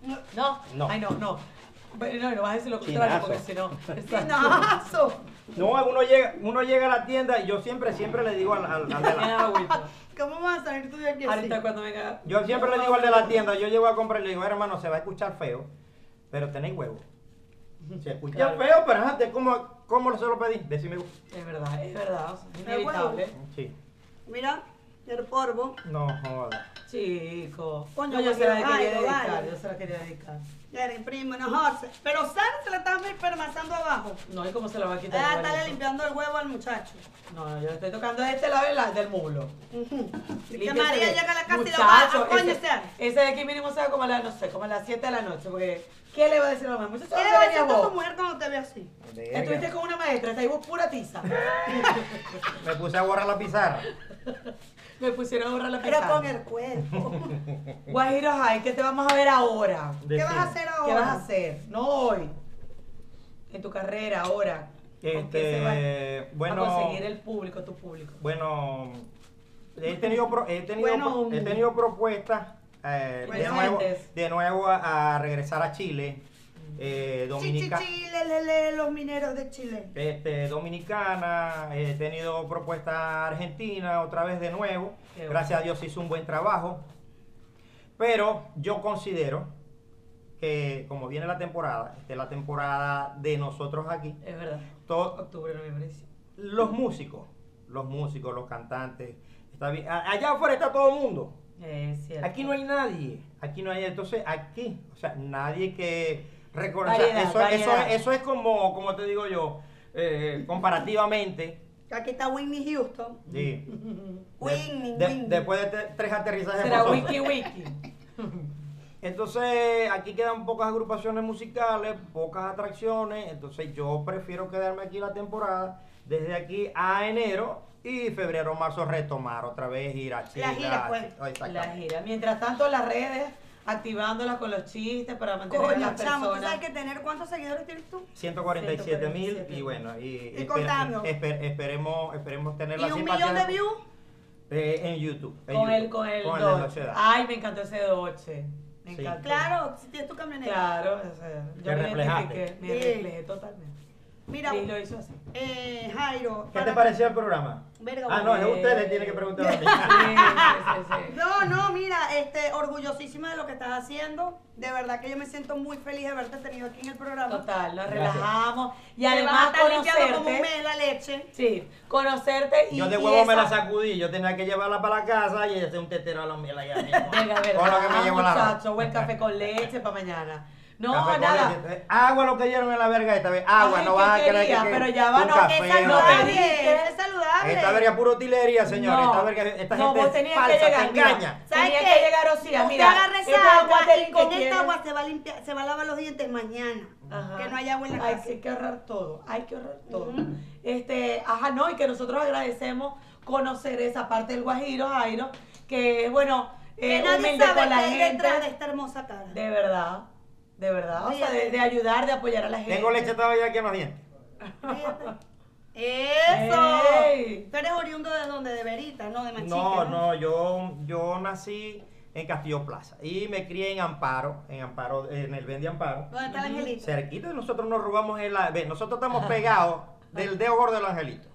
[SPEAKER 3] Mm.
[SPEAKER 2] No.
[SPEAKER 1] No.
[SPEAKER 2] Ay, no, no. Bueno, no, no vas a decir lo contrario
[SPEAKER 1] Chinazo.
[SPEAKER 2] porque si no. exacto.
[SPEAKER 3] ¡Finazo!
[SPEAKER 1] No, uno llega, uno llega a la tienda y yo siempre, siempre le digo al, al- al de
[SPEAKER 2] Tiene
[SPEAKER 1] la.
[SPEAKER 2] agüita.
[SPEAKER 3] ¿Cómo vas a salir tú de aquí así?
[SPEAKER 2] Ahorita cuando venga.
[SPEAKER 1] Yo siempre le digo al de la tienda, yo llego a comprar y le digo, hermano, se va a escuchar feo, pero tenéis huevo. Se escucha
[SPEAKER 2] Claro.
[SPEAKER 1] feo, pero ajá, ¿de ¿cómo, ¿cómo se lo pedí? Decime vos.
[SPEAKER 2] Es verdad, es verdad. o sea, es
[SPEAKER 3] Me huevo.
[SPEAKER 2] inevitable.
[SPEAKER 1] Sí.
[SPEAKER 3] Mira, el polvo.
[SPEAKER 1] No joda.
[SPEAKER 2] Chico.
[SPEAKER 3] Coño,
[SPEAKER 2] No, yo se la
[SPEAKER 3] Guajiro,
[SPEAKER 2] quería
[SPEAKER 3] vale,
[SPEAKER 2] dedicar.
[SPEAKER 3] vale.
[SPEAKER 2] Yo se la quería dedicar.
[SPEAKER 3] Ya el primo, no Jorge. Pero Sara se la está permazando abajo.
[SPEAKER 2] No, ¿y cómo se la va a quitar?
[SPEAKER 3] Ah,
[SPEAKER 2] igual
[SPEAKER 3] está
[SPEAKER 2] eso?
[SPEAKER 3] limpiando el huevo al muchacho.
[SPEAKER 2] No, no, yo le estoy tocando de este lado del, la- del muslo.
[SPEAKER 3] Ujú. Y que
[SPEAKER 2] Límpiese
[SPEAKER 3] María
[SPEAKER 2] de-
[SPEAKER 3] llega a la casa y lo
[SPEAKER 2] Muchacho,
[SPEAKER 3] baja, coño,
[SPEAKER 2] ese-
[SPEAKER 3] sea.
[SPEAKER 2] Ese de aquí mínimo sabe como a las, no sé, como a las 7 de la noche, porque ¿qué le va a decir a la mamá? Muchacho,
[SPEAKER 3] ¿Qué le
[SPEAKER 2] ¿dónde
[SPEAKER 3] va a
[SPEAKER 2] venías
[SPEAKER 3] decir tú a
[SPEAKER 2] vos?
[SPEAKER 3] tu mujer cuando te ve así?
[SPEAKER 2] Estuviste con una maestra, te vos pura tiza.
[SPEAKER 1] Me puse a borrar la pizarra.
[SPEAKER 2] Me pusieron a borrar la
[SPEAKER 3] Pero con
[SPEAKER 2] pizarra.
[SPEAKER 3] el cuerpo.
[SPEAKER 2] Guajiro High, ¿qué te vamos a ver ahora?
[SPEAKER 3] ¿Qué vas a
[SPEAKER 1] Decime.
[SPEAKER 3] hacer ahora?
[SPEAKER 2] ¿Qué vas a hacer? No hoy. En tu carrera, ahora. ¿Con qué se va
[SPEAKER 1] Este, bueno,
[SPEAKER 2] a conseguir el público, tu público?
[SPEAKER 1] bueno, he tenido, pro- he tenido,
[SPEAKER 3] Bueno,
[SPEAKER 1] he tenido propuestas eh, de,
[SPEAKER 2] presentes.
[SPEAKER 1] nuevo, de nuevo a, a regresar a Chile. eh,
[SPEAKER 3] Chi,
[SPEAKER 1] dominica-
[SPEAKER 3] chi, chi, le, le, le, los mineros de Chile.
[SPEAKER 1] este, dominicana, he tenido propuesta argentina otra vez de nuevo.
[SPEAKER 2] Qué bueno.
[SPEAKER 1] Gracias a Dios hizo un buen trabajo. Pero yo considero que como viene la temporada, esta es la temporada de nosotros aquí,
[SPEAKER 2] Es verdad.
[SPEAKER 1] to-
[SPEAKER 2] Octubre, noviembre. diciembre.
[SPEAKER 1] los músicos, los músicos, los cantantes, está bien- a- allá afuera está todo el mundo.
[SPEAKER 2] Eh, Es cierto.
[SPEAKER 1] Aquí no hay nadie, aquí no hay, entonces aquí, o sea, nadie que reconozca.
[SPEAKER 2] Variedad,
[SPEAKER 1] eso, eso-
[SPEAKER 2] variedad.
[SPEAKER 1] eso es como, como te digo yo, eh, comparativamente,
[SPEAKER 3] Aquí está Whitney Houston.
[SPEAKER 1] sí.
[SPEAKER 3] Whitney,
[SPEAKER 1] De-
[SPEAKER 3] Whitney.
[SPEAKER 1] después de te- tres aterrizajes
[SPEAKER 2] Será
[SPEAKER 1] forzosos.
[SPEAKER 2] wiki wiki.
[SPEAKER 1] Entonces, aquí quedan pocas agrupaciones musicales, pocas atracciones. Entonces, yo prefiero quedarme aquí la temporada, desde aquí a enero y febrero, marzo, retomar otra vez, ir a Chile.
[SPEAKER 3] La gira,
[SPEAKER 1] a-
[SPEAKER 3] pues.
[SPEAKER 1] a- exactamente.
[SPEAKER 2] La gira. Mientras tanto, las redes activándolas con los chistes para mantener a
[SPEAKER 3] Coño,
[SPEAKER 2] las
[SPEAKER 3] chamo, ¿tú
[SPEAKER 2] personas.
[SPEAKER 3] sabes que tener cuántos seguidores tienes tú?
[SPEAKER 1] 147 mil y
[SPEAKER 2] 147.000.
[SPEAKER 1] bueno, y,
[SPEAKER 3] Y contando.
[SPEAKER 1] esper- esperemos, esperemos tener
[SPEAKER 3] ¿Y
[SPEAKER 1] la
[SPEAKER 3] un
[SPEAKER 1] simpatía
[SPEAKER 3] millón de views?
[SPEAKER 1] Eh, en YouTube. en
[SPEAKER 2] Con el,
[SPEAKER 1] YouTube,
[SPEAKER 2] con el,
[SPEAKER 1] de
[SPEAKER 2] Dodge.
[SPEAKER 1] Dolce Dan.
[SPEAKER 3] Ah,
[SPEAKER 2] Ay, me encantó ese Doche. Me
[SPEAKER 1] Sí.
[SPEAKER 2] encantó.
[SPEAKER 3] Claro, si tienes tu camioneta.
[SPEAKER 2] Claro, o sea, yo
[SPEAKER 1] Te
[SPEAKER 2] me
[SPEAKER 1] reflejaste.
[SPEAKER 2] identifiqué, me
[SPEAKER 3] Sí.
[SPEAKER 2] reflejé totalmente.
[SPEAKER 3] Mira,
[SPEAKER 2] y lo hizo así.
[SPEAKER 3] eh, Jairo.
[SPEAKER 1] ¿Qué te
[SPEAKER 3] para-
[SPEAKER 1] pareció el programa?
[SPEAKER 3] Verga,
[SPEAKER 1] ah, no,
[SPEAKER 3] bueno.
[SPEAKER 1] es usted le tiene que preguntar a
[SPEAKER 2] Sí,
[SPEAKER 1] mí.
[SPEAKER 2] sí, sí, sí.
[SPEAKER 3] No, no, mira, este, orgullosísima de lo que estás haciendo. De verdad que yo me siento muy feliz de haberte tenido aquí en el programa.
[SPEAKER 2] Total, nos
[SPEAKER 1] Gracias.
[SPEAKER 2] relajamos y
[SPEAKER 3] Te vas a
[SPEAKER 2] además
[SPEAKER 3] estar limpiando como un
[SPEAKER 2] conocerte.
[SPEAKER 3] mes la leche.
[SPEAKER 2] Sí, conocerte y
[SPEAKER 1] Yo de
[SPEAKER 2] y
[SPEAKER 1] huevo me
[SPEAKER 2] esa-
[SPEAKER 1] la sacudí, yo tenía que llevarla para la casa y hacer un tetero a la miel allá mismo.
[SPEAKER 2] Verga, verdad,
[SPEAKER 1] Con lo que me llevo la
[SPEAKER 2] Ah, muchacho, buen café con leche para mañana. No,
[SPEAKER 1] Café con
[SPEAKER 2] nada.
[SPEAKER 1] leche. Eh, Agua lo que dieron en la verga esta vez. Agua,
[SPEAKER 2] Ay,
[SPEAKER 1] no
[SPEAKER 2] ¿qué
[SPEAKER 1] vas a creer
[SPEAKER 2] querías?
[SPEAKER 1] que, que-
[SPEAKER 2] Pero ya va,
[SPEAKER 1] un
[SPEAKER 2] no,
[SPEAKER 1] café,
[SPEAKER 3] es
[SPEAKER 2] no
[SPEAKER 3] saludable,
[SPEAKER 2] pediste.
[SPEAKER 3] es saludable.
[SPEAKER 1] Esta verga puro utilería, señor.
[SPEAKER 2] No,
[SPEAKER 1] esta verga, esta
[SPEAKER 2] no,
[SPEAKER 1] gente
[SPEAKER 2] vos
[SPEAKER 1] es
[SPEAKER 2] tenías
[SPEAKER 1] falsa,
[SPEAKER 2] que llegar,
[SPEAKER 1] te engaña.
[SPEAKER 2] Tenía
[SPEAKER 3] ¿Sabes
[SPEAKER 2] que
[SPEAKER 3] qué?
[SPEAKER 2] llegar Osía,
[SPEAKER 3] Usted
[SPEAKER 2] mira,
[SPEAKER 3] agarra esa
[SPEAKER 2] esta
[SPEAKER 3] agua
[SPEAKER 2] watering
[SPEAKER 3] y
[SPEAKER 2] que
[SPEAKER 3] con
[SPEAKER 2] tiene-
[SPEAKER 3] esta agua se va a limpiar, se va a lavar los dientes mañana.
[SPEAKER 2] Ajá.
[SPEAKER 3] Que no haya agua en la
[SPEAKER 2] Ay,
[SPEAKER 3] casa.
[SPEAKER 2] sí, hay que ahorrar todo, hay que ahorrar todo.
[SPEAKER 3] Ujú.
[SPEAKER 2] Este, ajá, no, y que nosotros agradecemos conocer esa parte del Guajiro, Jairo, que bueno,
[SPEAKER 3] Que
[SPEAKER 2] eh,
[SPEAKER 3] nadie
[SPEAKER 2] humilde
[SPEAKER 3] sabe
[SPEAKER 2] con la
[SPEAKER 3] qué hay
[SPEAKER 2] gente.
[SPEAKER 3] detrás de esta hermosa cara.
[SPEAKER 2] De verdad, de verdad, o sea, de, de ayudar, de apoyar a la gente.
[SPEAKER 1] Tengo leche todavía aquí en los dientes.
[SPEAKER 3] Fíjate. Eso.
[SPEAKER 2] Ey.
[SPEAKER 3] Tú eres oriundo de donde, de Verita, no de Machica.
[SPEAKER 1] No, no, yo, yo nací en Castillo Plaza y me crié en Amparo, en Amparo, en el Ben de Amparo.
[SPEAKER 3] ¿Dónde está el angelito?
[SPEAKER 1] Cerquita y nosotros nos robamos el ve, nosotros estamos pegados del dedo gordo del angelito.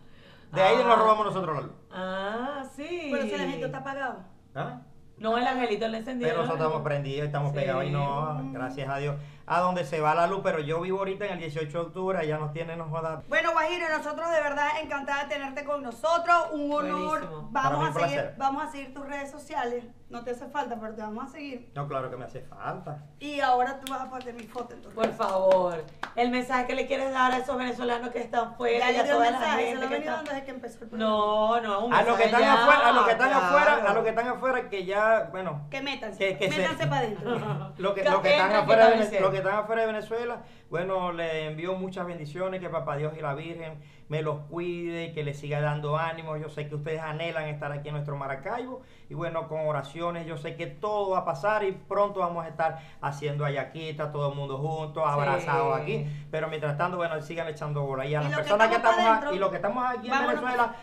[SPEAKER 1] De ahí nos robamos nosotros la luz.
[SPEAKER 2] Ah, sí.
[SPEAKER 3] Pero si el angelito está apagado.
[SPEAKER 1] ¿Ah?
[SPEAKER 2] No, el angelito le encendió.
[SPEAKER 1] Pero nosotros estamos
[SPEAKER 2] prendidos.
[SPEAKER 1] prendidos, estamos
[SPEAKER 2] Sí.
[SPEAKER 1] pegados y no, gracias a Dios. A donde se va la luz, pero yo vivo ahorita en el 18 de octubre, allá nos tienen, nos jodan.
[SPEAKER 3] Bueno, Guajiro, nosotros de verdad encantada de tenerte con nosotros. Un honor.
[SPEAKER 2] Buenísimo.
[SPEAKER 1] Para mí
[SPEAKER 3] Vamos
[SPEAKER 1] un
[SPEAKER 3] a seguir,
[SPEAKER 1] placer.
[SPEAKER 3] vamos a seguir tus redes sociales. No te hace falta, pero te vamos a seguir.
[SPEAKER 1] No, claro que me hace falta.
[SPEAKER 3] Y ahora tú vas a poner mi foto en tu
[SPEAKER 2] Por favor, el mensaje que le quieres dar a esos venezolanos que están fuera
[SPEAKER 3] Ya
[SPEAKER 2] y
[SPEAKER 3] yo
[SPEAKER 2] a
[SPEAKER 3] di el
[SPEAKER 2] toda la
[SPEAKER 3] mensaje, se
[SPEAKER 2] gente
[SPEAKER 3] lo he
[SPEAKER 2] que
[SPEAKER 3] venido
[SPEAKER 2] está...
[SPEAKER 3] dando desde que empezó el programa.
[SPEAKER 2] No, no, un
[SPEAKER 1] A los que
[SPEAKER 2] mensaje
[SPEAKER 1] están
[SPEAKER 2] ya,
[SPEAKER 1] afuera, a los que están
[SPEAKER 2] claro.
[SPEAKER 1] afuera, a los que están afuera, que ya, bueno,
[SPEAKER 3] Que métanse.
[SPEAKER 1] Que- que se-
[SPEAKER 3] métanse para adentro.
[SPEAKER 1] Lo que,
[SPEAKER 2] Que
[SPEAKER 1] lo que están
[SPEAKER 2] entren, que
[SPEAKER 1] afuera de
[SPEAKER 2] están
[SPEAKER 1] Vene- lo que
[SPEAKER 2] diciendo.
[SPEAKER 1] están afuera de Venezuela, bueno, les envío muchas bendiciones, que papá Dios y la Virgen me los cuide, que les siga dando ánimo. Yo sé que ustedes anhelan estar aquí en nuestro Maracaibo y bueno, con oraciones, yo sé que todo va a pasar y pronto vamos a estar haciendo hallaquita, todo el mundo juntos, abrazados
[SPEAKER 2] Sí.
[SPEAKER 1] aquí. Pero mientras tanto, bueno, sigan echando bola. Y a
[SPEAKER 3] Y
[SPEAKER 1] las
[SPEAKER 3] lo que
[SPEAKER 1] personas que
[SPEAKER 3] estamos
[SPEAKER 1] estamos,
[SPEAKER 3] pa'
[SPEAKER 1] a-
[SPEAKER 3] dentro,
[SPEAKER 1] y los que estamos aquí en
[SPEAKER 3] vámonos.
[SPEAKER 1] Venezuela,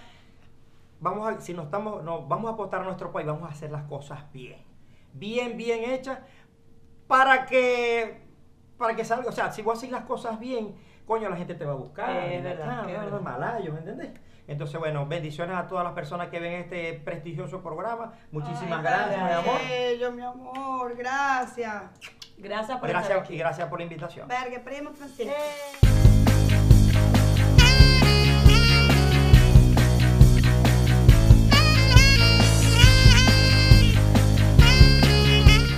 [SPEAKER 1] vamos a, si no estamos, no, vamos a apostar a nuestro país, vamos a hacer las cosas bien, bien, bien hechas, para que, para que salga, o sea, si vos haces las cosas bien, coño, la gente te va a buscar,
[SPEAKER 2] Es
[SPEAKER 1] mira,
[SPEAKER 2] verdad,
[SPEAKER 1] ah,
[SPEAKER 2] es
[SPEAKER 1] no, no,
[SPEAKER 2] verdad.
[SPEAKER 1] malayo, ¿me entendés? Entonces, bueno, bendiciones a todas las personas que ven este prestigioso programa. Muchísimas
[SPEAKER 3] Ay,
[SPEAKER 1] gracias, mi amor.
[SPEAKER 3] bello, mi amor. Gracias.
[SPEAKER 2] Gracias por estar
[SPEAKER 1] Gracias
[SPEAKER 2] aquí.
[SPEAKER 1] y gracias por la invitación.
[SPEAKER 3] Verga, primo Francisco.
[SPEAKER 2] Eh.